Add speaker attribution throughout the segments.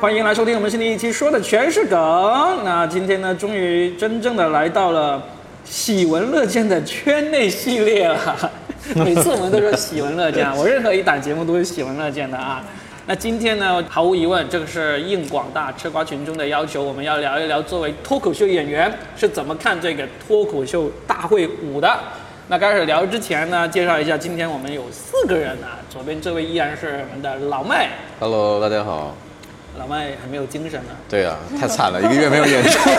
Speaker 1: 欢迎来收听我们新的一期，说的全是梗。那今天呢，终于真正的来到了喜闻乐见的圈内系列了。每次我们都说喜闻乐见，啊，我任何一档节目都是喜闻乐见的啊。那今天呢，毫无疑问，这个是应广大吃瓜群众的要求，我们要聊一聊作为脱口秀演员是怎么看这个脱口秀大会五的。那开始聊之前呢，介绍一下，今天我们有四个人啊，左边这位依然是我们的老麦，
Speaker 2: Hello，大家好。
Speaker 1: 老麦还没有精神呢。
Speaker 2: 对啊，太惨了，一个月没有演 出。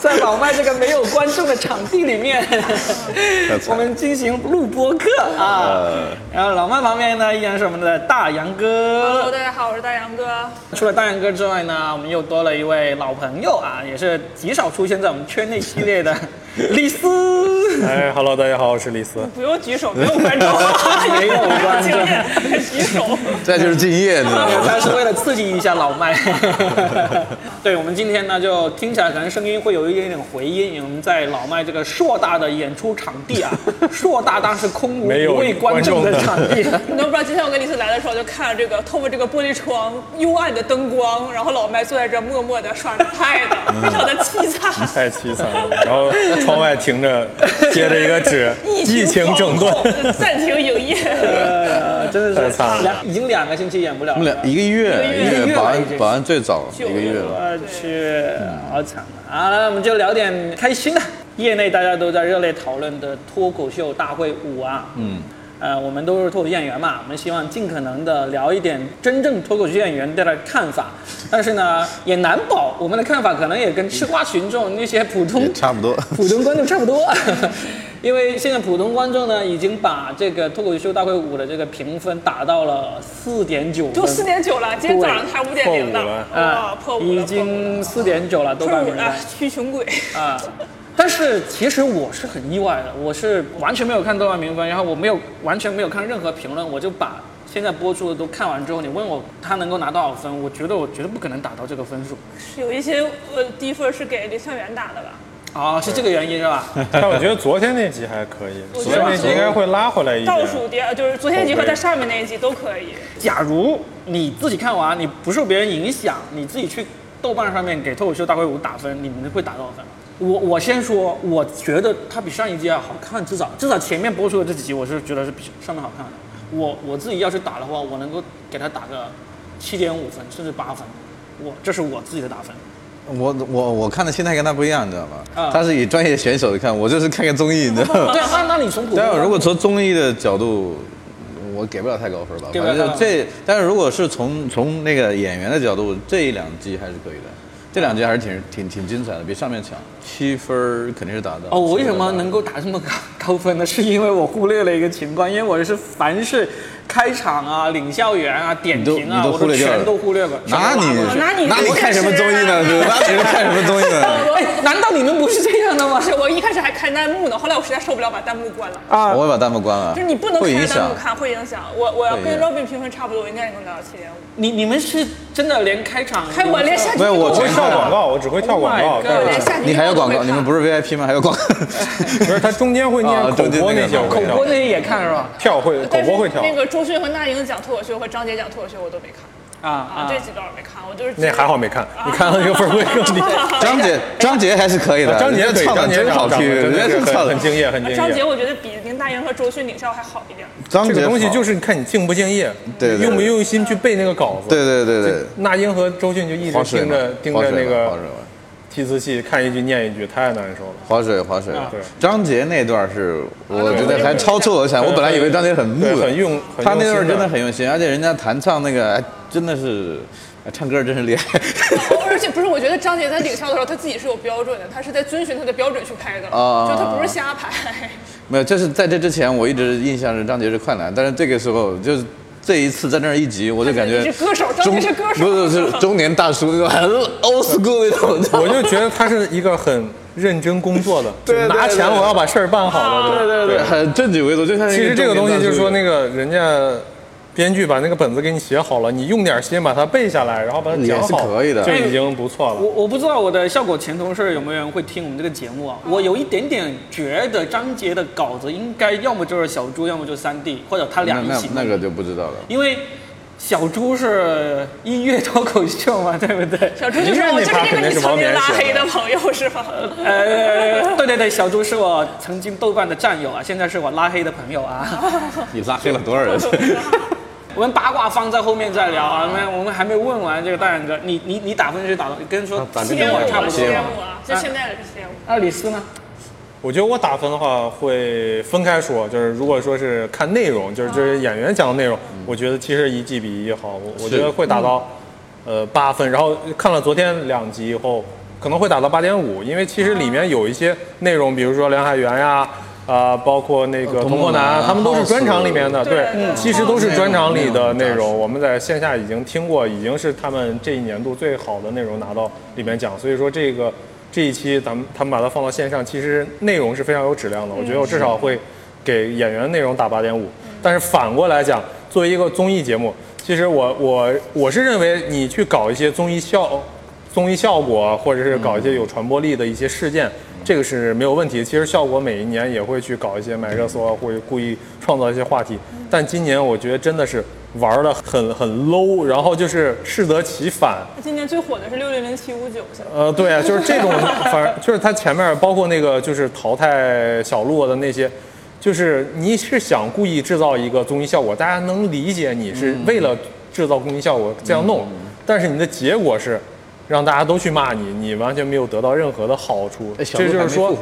Speaker 1: 在老麦这个没有观众的场地里面，
Speaker 2: 惨
Speaker 1: 我们进行录播课啊。
Speaker 2: 呃，
Speaker 1: 然后老麦旁边呢，依然是我们的大杨
Speaker 3: Hello，
Speaker 1: 哥。
Speaker 3: 大家好，我是大杨哥。
Speaker 1: 除了大杨哥之外呢，我们又多了一位老朋友啊，也是极少出现在我们圈内系列的丽丝。
Speaker 4: 哎哈喽，大家好，我是李斯。
Speaker 3: 不用举手，没有观 众，
Speaker 1: 没有观众
Speaker 3: 经验，还举 手。
Speaker 2: 这就是敬业，你知 道吗？
Speaker 1: 他是为了刺激一下老麦。对，我们今天呢，就听起来可能声音会有一点点回音，因为我们在老麦这个硕大的演出场地 啊，硕大当时空无
Speaker 4: 没
Speaker 1: 一
Speaker 4: 有
Speaker 1: 位观众的
Speaker 4: 观
Speaker 1: 场地。
Speaker 3: 你都不知道，今天我跟李斯来的时候，就看着这个透过这个玻璃窗幽暗的灯光，然后老麦坐在这默默的 耍着 pad，非常的凄惨。，
Speaker 4: 太凄惨了，然后窗外停着贴着一个纸 疫情整顿
Speaker 3: 防，控，暂停营业。
Speaker 1: 呃，真的
Speaker 4: 太
Speaker 1: 是
Speaker 4: 惨了
Speaker 1: 两已经两个星期演不了
Speaker 2: 我们
Speaker 1: 了
Speaker 2: 俩。一个月，
Speaker 1: 一个月
Speaker 2: 一保
Speaker 1: 了已经
Speaker 2: 安保安最早一
Speaker 3: 九
Speaker 2: 个月
Speaker 3: 月
Speaker 2: 了。
Speaker 1: 我呃去，好惨啊！好了，我们就聊点开心的。业内大家都在热烈讨论的脱口秀大会五啊，
Speaker 2: 嗯，
Speaker 1: 呃，我们都是脱口秀演员嘛，我们希望尽可能的聊一点真正脱口秀演员的看法，但是呢，也难保我们的看法可能也跟吃瓜群众那些普通
Speaker 2: 也差不多。
Speaker 1: 普通观众差不多，因为现在普通观众呢已经把这个脱口秀大会五的这个评分打到了四点九
Speaker 3: 就四
Speaker 1: 分。啊
Speaker 3: 点九了，今天早上才五点零的
Speaker 4: 破五了，
Speaker 3: 哇，破五了，嗯
Speaker 1: 已经四点九了，豆
Speaker 3: 破
Speaker 1: 瓣
Speaker 3: 五
Speaker 1: 评分
Speaker 3: 了，驱穷 鬼。
Speaker 1: 啊。但是其实我是很意外的，我是完全没有看豆瓣评分，然后我没有完全没有看任何评论，我就把现在播出的都看完之后，你问我他能够拿多少分，我觉得我绝对不可能打到这个分数。
Speaker 3: 有一些呃低分是给林算元打的吧？
Speaker 1: 啊，是这个原因是吧？
Speaker 4: 但我觉得昨天那集还可以，
Speaker 3: 我
Speaker 4: 昨
Speaker 3: 觉得
Speaker 4: 天那集应该会拉回来一点
Speaker 3: 倒。数第二就是昨天一集和在上面那一集都可以。
Speaker 1: 假如你自己看完，你不受别人影响，你自己去豆瓣上面给脱口秀大会五打分，你们会打多少分？我我先说，我觉得它比上一季要好看，至少至少前面播出的这几集，我是觉得是比上面好看的。我我自己要去打的话，我能够给它打个七点五分，甚至八分。我这是我自己的打分。
Speaker 2: 我我我看的心态跟他不一样，你知道
Speaker 1: 啊
Speaker 2: 吗？他是以专业选手的看，我就是看看综艺，你知道 吗？
Speaker 1: 对，那那你从普通
Speaker 2: 但是如果
Speaker 1: 观
Speaker 2: 从综艺的角度，我给不了太高分吧。
Speaker 1: 给不了
Speaker 2: 反
Speaker 1: 太
Speaker 2: 正
Speaker 1: 高
Speaker 2: 这，但是如果是从从那个演员的角度，这一两季还是可以的，这两季还是挺挺挺精彩的，比上面强。七分儿肯定是达到。
Speaker 1: 哦，我为什么
Speaker 2: 能？
Speaker 1: 能够打这么高高分呢？是因为我忽略了一个情况，因为我是凡是开场啊、领笑员啊、点
Speaker 2: 你都
Speaker 1: 评啊，
Speaker 2: 你都
Speaker 1: 我
Speaker 2: 忽略掉
Speaker 1: 全
Speaker 2: 了
Speaker 1: 都忽略过。
Speaker 2: 那
Speaker 1: 全都
Speaker 2: 你
Speaker 1: 拉过来
Speaker 3: 那你
Speaker 2: 那你看什么综艺
Speaker 4: 啊
Speaker 2: 呢？对吧那你是看什么综艺 呢？
Speaker 1: 哎，难道你们不是这样 的吗？
Speaker 3: 是我一开始还看弹幕呢，后来我实在受不了，把弹幕关了。
Speaker 2: 我会把弹幕关了，
Speaker 3: 就是你不能
Speaker 2: 啊会
Speaker 3: 开
Speaker 2: 影
Speaker 3: 着弹
Speaker 2: 响
Speaker 3: 幕。看，会影响。我我要
Speaker 2: 会
Speaker 3: 跟
Speaker 2: 影响
Speaker 3: Robin 评分差不多，我应该也能拿到七点五。
Speaker 1: 你你们是真的连开场，
Speaker 3: 还有我连下集
Speaker 2: 没有
Speaker 3: 都
Speaker 4: 我
Speaker 2: 我
Speaker 4: 会
Speaker 2: 全
Speaker 4: 跳广告，我只会跳广
Speaker 1: Oh my
Speaker 4: 告
Speaker 1: god，
Speaker 4: 但
Speaker 3: 我
Speaker 4: 是
Speaker 3: 连下集
Speaker 2: 你还有广告？
Speaker 3: 都会看
Speaker 2: 你们不是 VIP 吗？还有 广告？
Speaker 4: 不是它中间会念
Speaker 2: 啊
Speaker 4: 口
Speaker 2: 中间
Speaker 4: 播
Speaker 2: 那个
Speaker 4: 那些，我
Speaker 1: 口
Speaker 4: 会跳
Speaker 1: 播那些也看是吧？
Speaker 4: 跳会口
Speaker 3: 但是
Speaker 4: 播会跳，
Speaker 3: 那个周迅和那英讲脱口秀和张杰讲脱口秀我都没看
Speaker 1: 啊
Speaker 3: 啊，
Speaker 1: 啊
Speaker 3: 这！几段我没看，我就是
Speaker 4: 那还好没看，你看了一个分儿会更低。
Speaker 2: 张姐，张杰还是可以的，
Speaker 4: 张杰可以，
Speaker 2: 唱的
Speaker 4: 张杰
Speaker 2: 真好听，
Speaker 4: 真
Speaker 2: 人
Speaker 4: 的
Speaker 2: 家
Speaker 4: 是
Speaker 2: 唱
Speaker 4: 很
Speaker 2: 的
Speaker 4: 很敬业，很敬
Speaker 3: 张杰
Speaker 4: 业。
Speaker 3: 我觉得比林大英和周迅领笑还好一点。
Speaker 2: 张
Speaker 4: 这
Speaker 2: 杰
Speaker 4: 个东西
Speaker 2: 好
Speaker 4: 就是你看你敬不敬业，
Speaker 2: 对对对
Speaker 4: 用不用心去背那个稿子。
Speaker 2: 对对对对，
Speaker 4: 那英和周迅就一直
Speaker 2: 划水
Speaker 4: 盯着盯
Speaker 2: 划
Speaker 4: 着
Speaker 2: 水
Speaker 4: 那
Speaker 2: 划水
Speaker 4: 个
Speaker 2: 吧
Speaker 4: 提词器，看一句念一句，太难受 了。
Speaker 2: 划水划水
Speaker 1: 啊
Speaker 4: 对。啊
Speaker 2: 张杰那段是，我觉
Speaker 3: 对
Speaker 2: 得还超出我的想象，我本来以为张杰很木
Speaker 4: 对
Speaker 2: 的，
Speaker 4: 很用很
Speaker 2: 他那
Speaker 4: 用
Speaker 2: 段
Speaker 4: 心
Speaker 2: 真的
Speaker 4: 的
Speaker 2: 很用心，而且人家弹唱那个哎真的是，哎唱歌真是厉害。
Speaker 3: 而且不是，我觉得张杰在领笑的时候他自己是有标准的，他是在遵循他的标准去拍的，
Speaker 2: 啊
Speaker 3: 就他不是瞎拍。
Speaker 2: 没有，就是在这之前，我一直印象是张杰是快男，但是这个时候就是这一次在那儿一集，我就感觉
Speaker 3: 你是歌手张杰是歌手
Speaker 2: 不是是中年大叔那种很 old school 那种你知道吗，
Speaker 4: 我就觉得他是一个很认真工作的，
Speaker 2: 对对对
Speaker 4: 拿钱我要把事儿办好的。
Speaker 2: 对对对，很正襟危坐，就像
Speaker 4: 其实这个东西就是说，那
Speaker 2: 个
Speaker 4: 个人家编剧把那个本子给你写好了，你用点心把它背下来，然后把它讲
Speaker 2: 也是
Speaker 4: 好，
Speaker 2: 可以的
Speaker 4: 就已经不错了。
Speaker 1: 我我不知道我的效果前同事有没有人会听我们这个节目啊？我有一点点觉得张杰的稿子应该要么就是小猪，要么就是三弟，或者他
Speaker 2: 那
Speaker 1: 俩一
Speaker 2: 那
Speaker 1: 起弄。
Speaker 2: 那个就不知道了。
Speaker 1: 因为小猪是音乐脱口秀嘛，对不对？
Speaker 3: 小猪就
Speaker 4: 音
Speaker 3: 说
Speaker 4: 乐：“
Speaker 3: 我就
Speaker 4: 那
Speaker 3: 是
Speaker 4: 趴
Speaker 3: 那
Speaker 4: 肯
Speaker 3: 个
Speaker 4: 定
Speaker 3: 你
Speaker 4: 是
Speaker 3: 曾
Speaker 4: 王
Speaker 3: 经
Speaker 4: 源
Speaker 3: 拉
Speaker 4: 写
Speaker 3: 黑
Speaker 4: 的
Speaker 3: 的朋友是吧？”
Speaker 1: 呃，对对对，小猪是我曾经豆瓣的战友啊，现在是我拉黑的朋友 啊。
Speaker 2: 你拉黑了多少人？
Speaker 1: 我们八卦放在后面再聊啊，我们我们还没问完这个大眼哥，你你你打分是打了，跟说
Speaker 2: 啊咱
Speaker 1: 七
Speaker 2: 这
Speaker 1: 点
Speaker 2: 个
Speaker 1: 五
Speaker 2: 我
Speaker 1: 差不多
Speaker 3: 七
Speaker 2: 七。
Speaker 3: 点
Speaker 2: 点
Speaker 3: 五
Speaker 2: 五
Speaker 3: 啊，就现在的是七点五。
Speaker 1: 二里斯呢？
Speaker 4: 我觉得我打分的话会分开说，就是如果说是看内容，就是就是演员讲的内容，我觉得其实一季比一好，我我觉得会打到呃八分。然后看了昨天两集以后，可能会打到八点五，因为其实里面有一些内容，比如说梁海源呀、啊。包括那个
Speaker 2: 呃
Speaker 4: 童啊
Speaker 2: 童
Speaker 4: 漠
Speaker 2: 漠
Speaker 4: 南，
Speaker 2: 南
Speaker 4: 他们都是专场里面的，
Speaker 3: 对
Speaker 4: 对
Speaker 3: 嗯，
Speaker 4: 其实都是专场里的内
Speaker 2: 内容
Speaker 4: 容。我们在线下已经听过，已经是他们这一年度最好的内容拿到里面讲，所以说这个这一期咱们他们把它放到线上，其实内容是非常有质量的。我觉得我至少会给演员内容打八点五，但是反过来讲，作为一个综艺节目，其实我我我是认为你去搞一些综艺效综艺效果，或者是搞一些有传播力的一些事件，这个是没有问题。其实效果每一年也会去搞一些买热搜啊，或者故意创造一些话题。但今年我觉得真的是玩的很很 low，然后就是适得其反。
Speaker 3: 今年最火的是六零零七五九，现在
Speaker 4: 呃，对啊，就是这种，反正就是他前面包括那个就是淘汰小洛的那些，就是你是想故意制造一个综艺效果，大家能理解你是为了制造综艺效果这样弄，但是你的结果是让大家都去骂你，你完全没有得到任何的好处。
Speaker 2: 哎，小
Speaker 4: 这
Speaker 2: 鹿
Speaker 4: 就
Speaker 2: 还没
Speaker 4: 是说
Speaker 2: 复，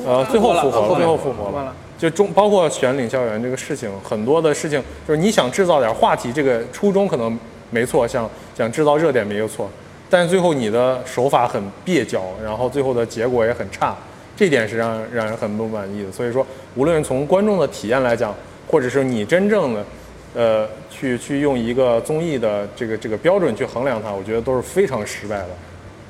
Speaker 2: 活，
Speaker 4: 呃，最后
Speaker 1: 啊
Speaker 4: 复
Speaker 2: 复活
Speaker 4: 活了，
Speaker 2: 了
Speaker 4: 最后复活
Speaker 1: 完
Speaker 4: 了
Speaker 1: 了。，
Speaker 4: 就中包括选领校园这个事情，很多的事情就是你想制造点话题，这个初衷可能没错，想想制造热点没有错，但是最后你的手法很蹩脚，然后最后的结果也很差，这点是让让人很不满意的。所以说，无论从观众的体验来讲，或者是你真正的，呃，去去用一个综艺的这个这个标准去衡量它，我觉得都是非常失败的。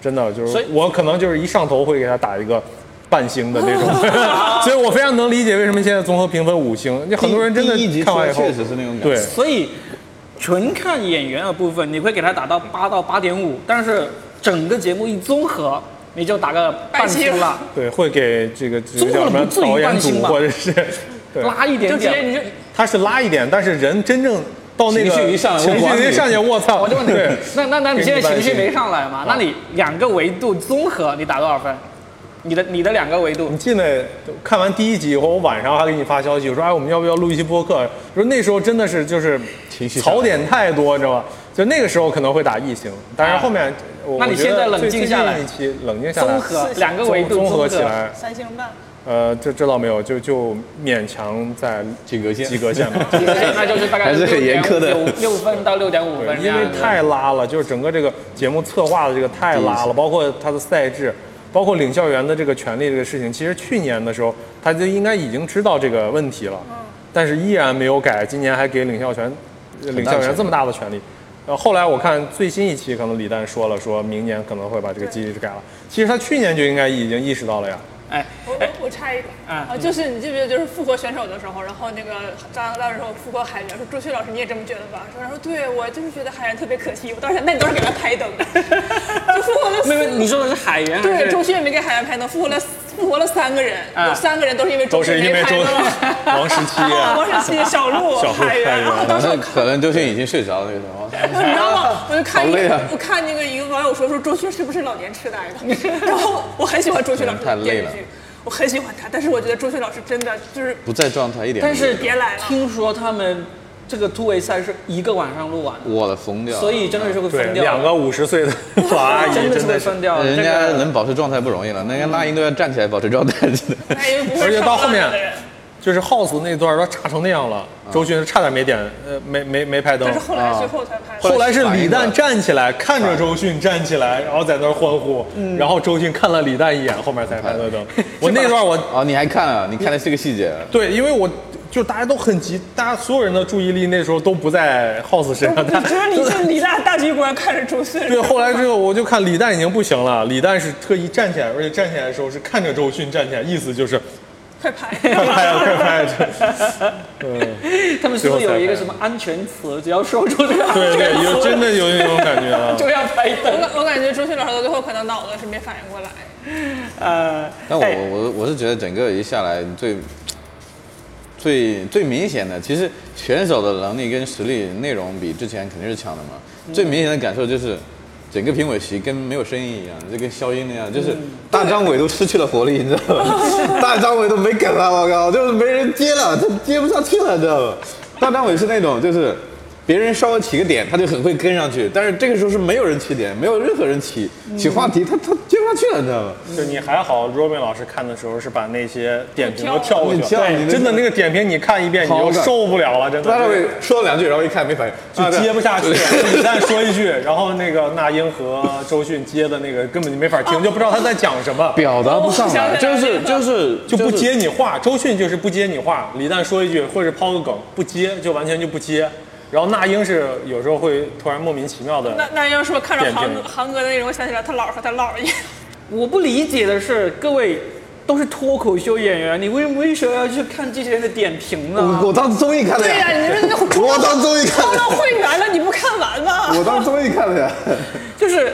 Speaker 4: 真的就
Speaker 1: 所
Speaker 4: 是
Speaker 1: 以
Speaker 4: 我可能就是一上头会给他打一个半星的那 种，所以我非常能理解为什么现在综合评分五星，那很多人真的
Speaker 2: 第一集
Speaker 4: 看
Speaker 2: 出
Speaker 4: 完
Speaker 2: 来
Speaker 4: 以后
Speaker 2: 确实是那种感觉。
Speaker 4: 对。
Speaker 1: 所以纯看演员的部分，你会给他打到八到八点五，但是整个节目一综合，你就打个半星了，
Speaker 4: 对，会给这个这
Speaker 1: 综
Speaker 4: 个
Speaker 1: 合
Speaker 4: 叫什么
Speaker 1: 不至于
Speaker 4: 导演
Speaker 1: 半星
Speaker 4: 组
Speaker 1: 吧
Speaker 4: 或 者是，对，
Speaker 1: 拉一
Speaker 3: 就
Speaker 1: 点
Speaker 3: 直接
Speaker 1: 点。
Speaker 3: 你就
Speaker 4: 他是拉一点，但是人真正到那个
Speaker 2: 情绪一上来
Speaker 4: 情
Speaker 2: 我管
Speaker 4: 绪一
Speaker 2: 你
Speaker 4: 上去，我操！
Speaker 1: 我就问你
Speaker 4: 对，，
Speaker 1: 那那那你现在情绪没上来嘛？
Speaker 4: 给你半星
Speaker 1: 那你两个维度综合，你打多少分？你的你的两个维度
Speaker 4: 你，进来看完第一集以后，我晚上还给你发消息，我说哎，我们要不要录一期播客？说那时候真的是就是
Speaker 2: 情绪上来
Speaker 4: 槽点太多，你知道吧？就那个时候可能会打一星，但是后面我
Speaker 1: 哎那你
Speaker 4: 我觉得
Speaker 1: 现在冷静下来
Speaker 4: 最近一期冷静下来，
Speaker 1: 综合两个
Speaker 4: 综
Speaker 1: 维度
Speaker 4: 综合
Speaker 1: 合
Speaker 4: 起来，
Speaker 3: 三星半，
Speaker 4: 呃，这知道没有？就就勉强在
Speaker 2: 及格线
Speaker 4: 及格线吧。
Speaker 1: 那就是大概
Speaker 2: 还是很严苛的
Speaker 1: 六六分到六点五分这
Speaker 4: 因
Speaker 1: 样
Speaker 4: 为
Speaker 1: 子。
Speaker 4: 太拉了，就是整个这个节目策划的这个太拉了，包括它的赛制，包括领校园的这个权利这个事情，其实去年的时候他就应该已经知道这个问题
Speaker 1: 嗯
Speaker 4: 了，但是依然没有改，今年还给领校权，领校园这么大的权利。呃，后来我看最新一期，可能李诞说了，说明年可能会把这个机制改了。其实他去年就应该已经意识到了呀。
Speaker 1: 哎，
Speaker 3: 我我我插一个
Speaker 1: 啊
Speaker 3: 啊，就是你记不记得，就是复活选手的时候，然后那个张扬当时说复活海源，说朱旭老师你也这么觉得吧？说然后对我就是觉得海源特别可惜，我当时想那你倒是给他拍灯，就复活了
Speaker 1: 没
Speaker 3: 四
Speaker 1: 有，你说的是海源还
Speaker 3: 对，
Speaker 1: 是
Speaker 3: 周迅也没给海源拍灯，复活了复活了三个人，
Speaker 1: 啊
Speaker 3: 有三个人都是因为周
Speaker 4: 都
Speaker 3: 迅
Speaker 4: 是因
Speaker 3: 没
Speaker 4: 为
Speaker 3: 拍
Speaker 4: 周
Speaker 3: 灯。
Speaker 4: 王十 七
Speaker 3: 啊，
Speaker 4: 啊，
Speaker 3: 王晨曦、小鹿、
Speaker 4: 小鹿
Speaker 3: 海源，然后当时
Speaker 2: 可
Speaker 3: 我
Speaker 2: 能
Speaker 3: 看
Speaker 2: 可能周迅已经睡着了那个什么。
Speaker 3: 你知道吗？我就看一
Speaker 2: 好累啊
Speaker 3: 我看那个一个网友说说周迅是不是老年痴呆了？ 然后我很喜欢周迅老师
Speaker 2: 嗯太
Speaker 3: 的
Speaker 2: 累
Speaker 3: 电
Speaker 2: 了
Speaker 3: 视剧，我很喜欢他，但是我觉得周迅老师真的就是
Speaker 2: 不在状态一点。
Speaker 1: 但是
Speaker 3: 别来了
Speaker 1: 听说他们这个突围赛是一个晚上录完的，
Speaker 2: 我的疯掉了，
Speaker 1: 所以真的是会
Speaker 4: 对，
Speaker 1: 分掉。
Speaker 4: 两个五十 岁的老阿姨
Speaker 1: 真的是
Speaker 4: 真
Speaker 1: 会
Speaker 4: 的是。
Speaker 1: 分掉。
Speaker 2: 人
Speaker 1: 这
Speaker 2: 家
Speaker 1: 个
Speaker 2: 能保持状态不容易了，那人家拉音都要站起来保持状态，真的。
Speaker 3: 他也哎不会
Speaker 4: 而且到
Speaker 3: 上
Speaker 4: 后面
Speaker 3: 班的人
Speaker 4: 就是 House 那段儿都差成那样了，周迅是差点没点，呃，没没没拍灯
Speaker 3: 但是。后来
Speaker 2: 啊
Speaker 3: 最后才拍的。
Speaker 4: 后来是
Speaker 2: 反应
Speaker 4: 李
Speaker 2: 过来
Speaker 4: 诞站起来，看着周迅站起来，然后在那儿欢呼，
Speaker 3: 嗯
Speaker 4: 然后周迅看了李诞一眼，后面才拍 的灯。我那段我
Speaker 2: 哦，你还看啊？你看的是个细节，
Speaker 4: 对，因为我就大家都很急，大家所有人的注意力那时候都不在 House 身上，大
Speaker 3: 只有你是李大大局观看着周迅，
Speaker 4: 对，后来之后我就看李诞已经不行了，李诞是特意站起来，而且站起来的时候是看着周迅站起来，意思就是
Speaker 3: 快拍！
Speaker 4: 快拍呀，快拍呀！
Speaker 1: 他们是不是有一个什么安全词？只要说出这个安
Speaker 4: 对
Speaker 1: 全
Speaker 4: 对，
Speaker 1: 词，
Speaker 4: 有真的有那种感觉啊。
Speaker 1: 就要拍
Speaker 3: 我
Speaker 1: 灯。
Speaker 3: 感我感觉周迅老师到最后可能脑子是没反应过来，
Speaker 1: 呃，
Speaker 2: 但我
Speaker 1: 哎
Speaker 2: 我我是觉得整个一下来最最最明显的，其实选手的能力跟实力、内容比之前肯定是强的嘛。最明显的感受就是，整个评委席跟没有声音一样，就跟消音那样，就是大张伟都失去了活力，你知道吗？ 大张伟都没梗了，我靠，就是没人接了，他接不上去了，你知道吗？大张伟是那种就是。别人稍微起个点，他就很会跟上去，但是这个时候是没有人起点，没有任何人起起话题，他他接不上去了，你知道吗？
Speaker 4: 就你还好，Robin 老师看的时候是把那些点评都跳过去
Speaker 2: 你跳
Speaker 4: 了，
Speaker 2: 你那
Speaker 4: 对，
Speaker 2: 个
Speaker 4: 真的那个点评你看一遍你
Speaker 2: 好
Speaker 4: 就
Speaker 2: 感
Speaker 4: 受不了了，真的
Speaker 2: 大张伟说了两句，然后一看没反应，
Speaker 4: 就
Speaker 2: 啊对
Speaker 4: 接不下去。李诞说一句，然后那个那英和周迅接的那个根本就没法
Speaker 2: 啊
Speaker 4: 听，就不知道他在讲什么，
Speaker 2: 表达不上
Speaker 3: 哦
Speaker 2: 来，
Speaker 3: 我想
Speaker 2: 就
Speaker 3: 起来
Speaker 2: 是
Speaker 3: 了
Speaker 2: 就是
Speaker 4: 就不接你话。周迅就是不接你话，李诞说一句或者抛个梗不接，就完全就不接。然后那英是有时候会突然莫名其妙的，哎
Speaker 3: 那那要说看着
Speaker 4: 点评
Speaker 3: 韩哥韩哥的内容，我想起来他姥儿和他姥爷，
Speaker 1: 我不理解的是，各位都是脱口秀演员，你为为什么要去看这些人的点评呢？
Speaker 2: 我我当综艺看的
Speaker 3: 对呀、
Speaker 2: 啊呀，
Speaker 3: 你们那个
Speaker 2: 我当综艺看
Speaker 3: 充
Speaker 2: 的，
Speaker 3: 到会员了，你不看完 吗？
Speaker 2: 我当综艺看的呀。
Speaker 1: 就是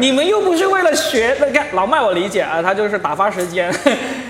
Speaker 1: 你们又不是为了学那个老麦，我理解啊，他就是打发时间。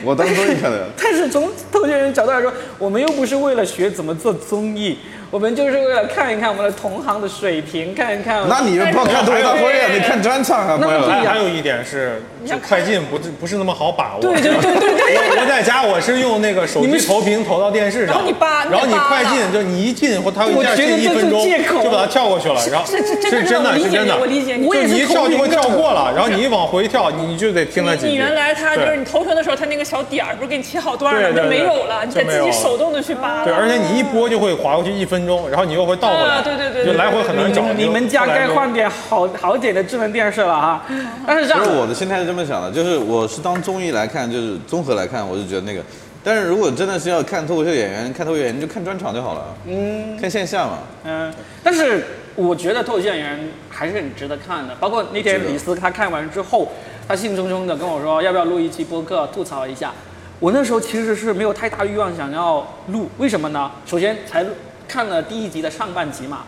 Speaker 2: 我当综艺看的
Speaker 1: 但是从投资人角度来说，我们又不是为了学怎么做综艺，我们就是为了看一看我们的同行的水平，看一看。
Speaker 2: 那你就不要看综艺大会啊，你看专场啊，朋友
Speaker 1: 那。
Speaker 4: 还
Speaker 1: 对呀
Speaker 4: 还有一点是，就
Speaker 3: 要
Speaker 4: 快进不是不是那么好把握。
Speaker 1: 对对对对对，
Speaker 4: 我我在家我是用那个手
Speaker 1: 你
Speaker 4: 机
Speaker 1: 们
Speaker 4: 投屏投到电视上，
Speaker 3: 然后你扒
Speaker 4: 然后你
Speaker 3: 你扒了
Speaker 4: 快进，就你一进或它有
Speaker 1: 我
Speaker 4: 一下
Speaker 1: 觉得
Speaker 4: 进一
Speaker 1: 这是
Speaker 4: 分钟，
Speaker 1: 借口
Speaker 4: 就把它跳过去了，然后
Speaker 3: 是是真的
Speaker 4: 真的
Speaker 3: 我理
Speaker 4: 是
Speaker 3: 解
Speaker 4: 真
Speaker 3: 你
Speaker 4: 的，
Speaker 3: 我理解你
Speaker 1: 我
Speaker 4: 就
Speaker 1: 也
Speaker 4: 你
Speaker 1: 是
Speaker 4: 一跳就
Speaker 1: 同
Speaker 4: 会
Speaker 1: 频
Speaker 4: 跳
Speaker 1: 的
Speaker 4: 过了，然后你一往回跳，你你就得听它几
Speaker 3: 你
Speaker 4: 句。
Speaker 3: 原来他就是
Speaker 4: 对
Speaker 3: 你投屏的时候，他那个小点儿不是给你切好段儿了，
Speaker 4: 对对
Speaker 3: 就没
Speaker 4: 对
Speaker 3: 有了，你得
Speaker 4: 就没
Speaker 3: 自
Speaker 4: 有
Speaker 3: 己
Speaker 4: 了
Speaker 3: 手动的去扒了。
Speaker 4: 对，而且你一播就会划过去一分钟，然后你又会倒回来，
Speaker 3: 啊对对对对
Speaker 4: 就来回很难找。
Speaker 1: 你们家该换点好好点的智能电视了啊！但是这
Speaker 2: 哎其
Speaker 1: 样
Speaker 2: 实，我的心态是这么想的，就是我是当综艺来看，就是综合来看，我是觉得那个。但是如果真的是要看脱口秀演员，看脱口秀演员你就看专场就好了，嗯，看线下嘛。
Speaker 1: 嗯，但是我觉得脱口秀演员还是很值得看的。包括那天
Speaker 2: 值得
Speaker 1: 李斯他看完之后，他兴冲冲的跟我说要不要录一期播客吐槽一下。我那时候其实是没有太大欲望想要录，为什么呢？首先才看了第一集的上半集嘛，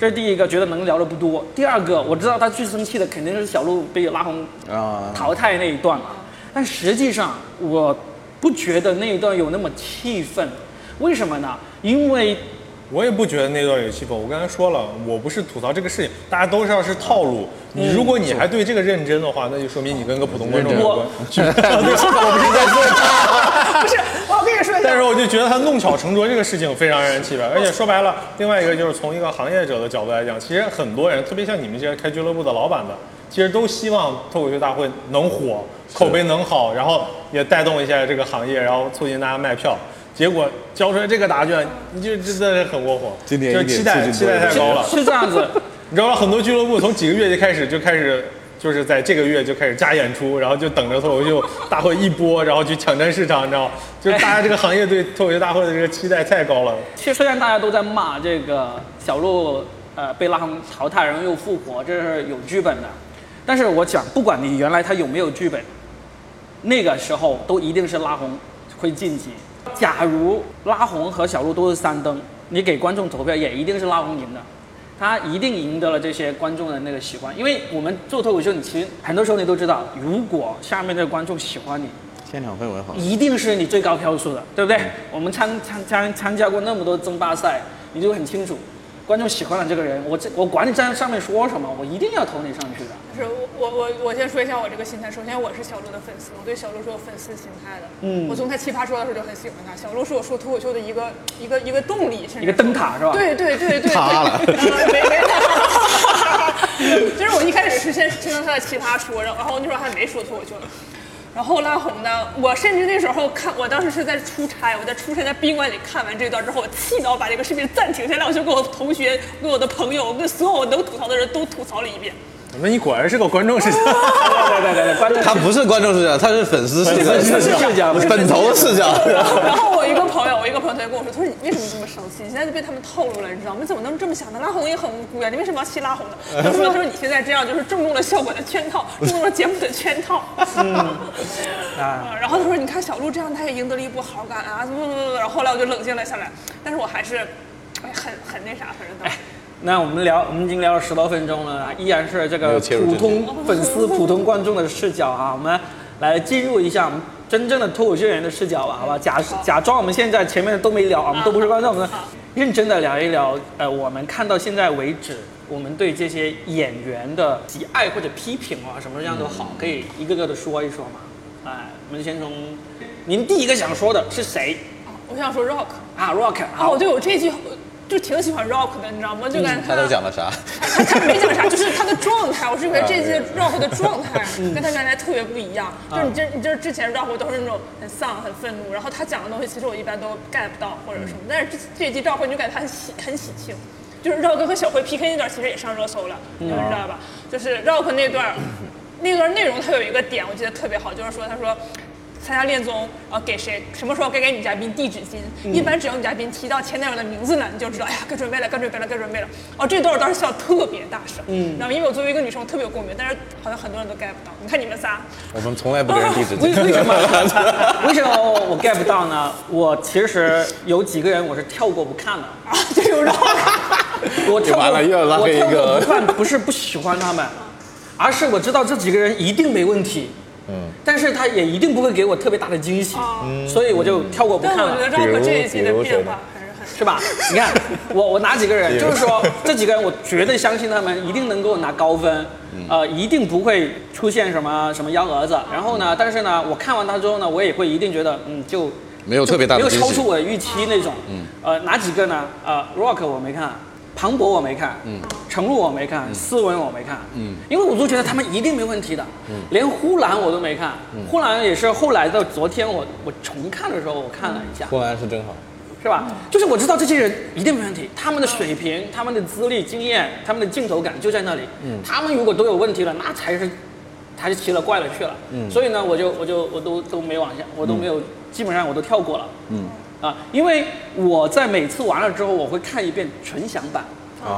Speaker 1: 这是第一个，觉得能聊的不多。第二个，我知道他最生气的肯定是小鹿被拉红
Speaker 2: 啊，
Speaker 1: 淘汰那一段，但实际上我不觉得那一段有那么气愤，为什么呢？因为
Speaker 4: 我也不觉得那段有气氛。我刚才说了，我不是吐槽这个事情，大家都知道是套路。
Speaker 3: 嗯
Speaker 4: 你如果你还对这个认真的话，那就说明你跟个普通观众
Speaker 2: 认
Speaker 4: 无
Speaker 1: 真
Speaker 4: 关。就对我不是在说他，
Speaker 3: 不是，哦我跟你说一下
Speaker 4: 但，是我就觉得他弄巧成拙这个事情非常让人气愤。 而且说白了，另外一个就是从一个行业者的角度来讲，其实很多人，特别像你们这些开俱乐部的老板的，其实都希望脱口秀大会能火，口碑能好，然后也带动一下这个行业，然后促进大家卖票。结果交出来这个答卷，你就真的是很窝火，
Speaker 2: 今年
Speaker 4: 就
Speaker 2: 一点促
Speaker 4: 期待
Speaker 2: 进
Speaker 4: 期
Speaker 2: 作
Speaker 4: 待
Speaker 2: 用
Speaker 4: 太高了。
Speaker 1: 是这样子。
Speaker 4: 你知道吗？很多俱乐部从几个月就开始就开始，就是在这个月就开始加演出，然后就等着脱口秀大会一播，然后去抢占市场，你知道吗？就是大家这个行业对脱口秀大会的这个期待太高了。
Speaker 1: 其实虽然大家都在骂这个小鹿呃被拉红淘汰，然后又复活，这是有剧本的，但是我讲，不管你原来他有没有剧本，那个时候都一定是拉红会晋级。假如拉红和小鹿都是三灯，你给观众投票也一定是拉红赢的，他一定赢得了这些观众的那个喜欢。因为我们做脱口秀，你其实很多时候你都知道，如果下面的观众喜欢你，
Speaker 2: 现场氛围好。
Speaker 1: 一定是你最高票数的，对不对？我们参参参参加过那么多争霸赛，你就很清楚，观众喜欢了这个人，我这我管你在上面说什么，我一定要投你上去的。
Speaker 3: 是我我我我先说一下我这个心态。首先，我是小鹿的粉丝，我对小鹿是有粉丝心态的。嗯，我从他奇葩说的时候就很喜欢他。小鹿是我说脱口秀的一个一个一个动力，甚至
Speaker 1: 一个灯塔是吧？，
Speaker 3: 对对对对对，
Speaker 2: 塌了
Speaker 3: 没没有。 就是我一开始是先听到他的奇葩说，然后然后那时候还没说脱口秀呢。然后拉红呢，我甚至那时候看，我当时是在出差，我在出差在宾馆里看完这段之后，我气到把这个视频暂停下来，我就跟我同学、跟我的朋友、跟所有我能吐槽的人都吐槽了一遍。
Speaker 4: 那你果然是个观众视角，
Speaker 1: 对对对对，观众
Speaker 2: 他不是观众视角，他是粉丝视角，
Speaker 1: 粉丝视角不是
Speaker 2: 粉头视角。
Speaker 3: 然后我一个朋友，我一个朋友他就跟我说，他说你为什么这么生气？你现在就被他们套路了，你知道吗？你怎么能这么想呢？拉红也很无辜呀，你为什么要气拉红呢？ 他说，他说你现在这样就是正中了效果的圈套，正中了节目的圈套。
Speaker 2: 嗯
Speaker 1: 啊，
Speaker 3: 然后他说你看小鹿这样，他也赢得了一波好感啊，怎么怎么怎么。然后后来我就冷静了下来，但是我还是，哎，很很那啥，反正当时。
Speaker 1: 那我们聊，我们已经聊了十多分钟了，依然是这
Speaker 2: 没
Speaker 1: 个
Speaker 2: 有切入
Speaker 1: 普
Speaker 2: 正题
Speaker 1: 通粉丝、普通观众的视角啊。我们来进入一下我们真正的脱口秀演员的视角吧，好吧？假假装我们现在前面的都没聊，我们都不是观众，我们认真的聊一聊。呃，我们看到现在为止，我们对这些演员的喜爱或者批评啊，什么样都好，可以一个个的说一说嘛。哎，我们先从您第一个想说的是谁
Speaker 3: 我想说 rock，
Speaker 1: 啊？Rock，
Speaker 3: 啊，
Speaker 1: 好，
Speaker 3: 我对我这句就挺喜欢 rock 的，你知道吗？就感觉
Speaker 2: 嗯他都讲了啥？
Speaker 3: 他他没讲啥，就是他的状态，我是觉得这届 rock 的状态跟他原来特别不一样。就是你这你就是之前 rock 都是那种很丧、很愤怒，然后他讲的东西其实我一般都 get 不到或者什么，但是这这一季 rock 你就感觉他很喜很喜庆。就是 rock 和小辉 PK 那段其实也上热搜了，你们知道吧？就是 rock 那段，那段内容它有一个点我记得特别好，就是说他说。参加恋综，然后给谁？什么时候该给女嘉宾递纸巾？一般只要女嘉宾提到前男友的名字呢，你就知道，哎呀，该准备了，该准备了，该准备了。哦，这段我当时笑得特别大声，嗯，然后因为我作为一个女生，我特别有共鸣，但是好像很多人都 get 不到。你看你们仨，
Speaker 2: 我们从来不给人递纸
Speaker 1: 为为
Speaker 2: 巾。
Speaker 1: 什么？ 为什么我 get 不到呢？我其实有几个人我是跳过不 看的啊，这有绕。我跳过
Speaker 2: 完了又要拉黑一个
Speaker 1: 我跳过不看不是不喜欢他们，而是我知道这几个人一定没问题。嗯，但是他也一定不会给我特别大的惊喜，所以我就跳过不看
Speaker 3: 哦但
Speaker 1: 了
Speaker 3: 我觉。得 Rock 这一季的
Speaker 2: 比如谁
Speaker 3: 变
Speaker 2: 呢
Speaker 3: 化还是很。
Speaker 1: 是吧？你看，我我哪几个 人，就是说这几个人，我绝对相信他们一定能给我拿高分，
Speaker 2: 嗯
Speaker 1: 呃，一定不会出现什么什么幺蛾子。然后呢，但是呢，我看完他之后呢，我也会一定觉得，嗯，就
Speaker 2: 没有特别大的
Speaker 1: 没有
Speaker 2: 惊喜
Speaker 1: 超出我的预期那种。嗯，呃，哪几个呢？呃，Rock 我没看。庞博我没看，嗯，程璐我没看，思文我没看，嗯，因为我都觉得他们一定没问题的，嗯，连呼兰我都没看，
Speaker 2: 嗯
Speaker 1: 呼兰也是后来到昨天我我重看的时候我看了一下，
Speaker 2: 湖南是真好，
Speaker 1: 是吧？就是我知道这些人一定没问题，他们的水平、他们的资历、经验、他们的镜头感就在那里。
Speaker 2: 嗯
Speaker 1: 他们如果都有问题了，那才是才是奇了怪了去了。
Speaker 2: 嗯
Speaker 1: 所以呢，我就我就我都都没往下，我都没有，基本上我都跳过了。嗯，啊，因为我在每次完了之后，我会看一遍纯享版。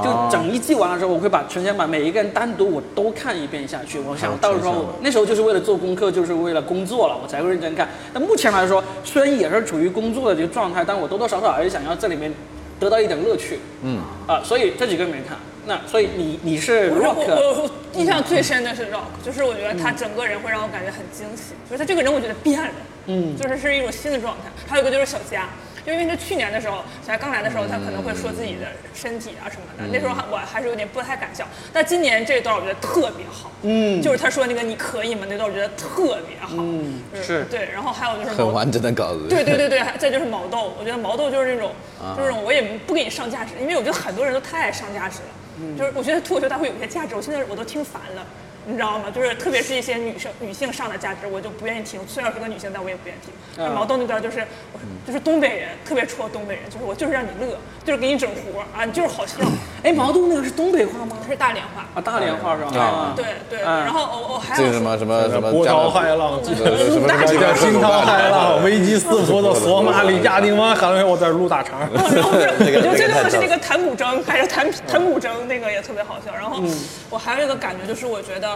Speaker 1: 就
Speaker 2: 哦
Speaker 1: 整一季完了之后，我会把纯享版每一个人单独我都看一遍下去。我想到时
Speaker 2: 哦纯享
Speaker 1: 候
Speaker 2: 版
Speaker 1: 那时候就是为了做功课，就是为了工作了，我才会认真看。但目前来说，虽然也是处于工作的这个状态，但我多多少少还是想要这里面得到一点乐趣。嗯，啊，所以这几个没看。那所以你你是
Speaker 3: 我
Speaker 1: rock，
Speaker 3: 我我印象最深的是 Rock，就是我觉得他整个人会让我感觉很惊喜，就是他这个人我觉得变了，嗯，就是是一种新的状态。还有一个就是小佳，因为他去年的时候，小佳刚来的时候，他可能会说自己的身体啊什么的，那时候还我还是有点不太敢笑。但今年这一段我觉得特别好，嗯，就是他说那个你可以吗那段我觉得特别好，嗯
Speaker 1: 是
Speaker 3: 对。然后还有就是
Speaker 2: 很
Speaker 3: 毛
Speaker 2: 完整的稿子。
Speaker 3: 对对 对对，还再就是毛豆，我觉得毛豆就是那种，
Speaker 1: 啊
Speaker 3: 就是那种我也不给你上价值，因为我觉得很多人都太爱上价值了，
Speaker 1: 嗯
Speaker 3: 就是我觉得脱口秀大会有些价值，我现在我都听烦了。你知道吗？就是特别是一些女生女性上的价值，我就不愿意听。虽然我是个女性，但我也不愿意听。
Speaker 1: 啊
Speaker 3: 但毛豆那段就是，我
Speaker 1: 嗯
Speaker 3: 就是东北人，特别戳东北人，就是我就是让你乐，就是给你整活啊，你就是好笑。
Speaker 1: 哎，毛豆那个是东北话吗？
Speaker 3: 他是大连话，
Speaker 1: 啊，大连话是吧？啊，
Speaker 3: 对对。
Speaker 1: 嗯
Speaker 3: 然后我我 还
Speaker 2: 这
Speaker 3: 有
Speaker 2: 个什么什么什么
Speaker 4: 波
Speaker 2: 江
Speaker 4: 涛
Speaker 2: 南
Speaker 4: 骇浪，
Speaker 2: 呃什么
Speaker 4: 大家惊涛骇浪，危机四伏的索马里亚丁湾海湾，我在这撸大肠。
Speaker 3: 然后是，我觉得最逗的是那
Speaker 2: 这
Speaker 3: 个弹古筝，还是弹弹古筝那个也特别好笑。然后我还有一个感觉就是，我觉得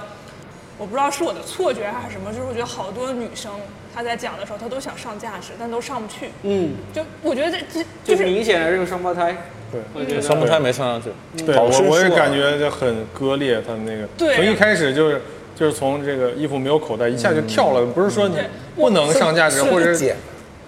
Speaker 3: 我不知道是我的错觉还是什么，就是我觉得好多女生她在讲的时候，她都想上价值，但都上不去。
Speaker 1: 嗯，
Speaker 3: 就我觉得这这
Speaker 1: 就
Speaker 3: 就是是
Speaker 1: 明显的这个双胞胎，
Speaker 4: 对
Speaker 1: 我觉
Speaker 2: 双
Speaker 1: 得
Speaker 2: 胞胎没上上去，
Speaker 4: 对，
Speaker 2: 好
Speaker 4: 我
Speaker 2: 生
Speaker 4: 我也
Speaker 2: 疏啊
Speaker 4: 感觉就很割裂，他们那个
Speaker 3: 对
Speaker 4: 从一开始就是就是从这个衣服没有口袋一下
Speaker 2: 嗯
Speaker 4: 就跳了，不是说你不能上价值或者是
Speaker 2: 剪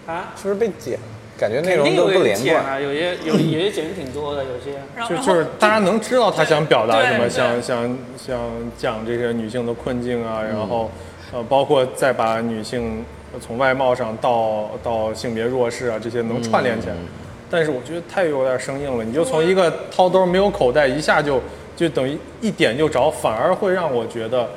Speaker 1: 啊，
Speaker 2: 是不是被剪？感觉
Speaker 1: 肯
Speaker 2: 内容
Speaker 1: 定
Speaker 2: 都
Speaker 1: 有
Speaker 2: 不
Speaker 1: 人
Speaker 2: 连
Speaker 1: 剪
Speaker 2: 贯。
Speaker 1: 啊，有些有有些剪挺多的，有些。
Speaker 3: 然后
Speaker 4: 就
Speaker 3: 然后
Speaker 4: 就是大家能知道他想表达什么，
Speaker 3: 对对
Speaker 4: 想想想讲这些女性的困境啊，
Speaker 2: 嗯
Speaker 4: 然后呃，包括再把女性从外貌上到到性别弱势啊这些能串联起来。
Speaker 2: 嗯
Speaker 4: 但是我觉得太有点生硬了，你就从一个掏兜没有口袋一下就就等于一点就着，反而会让我觉得，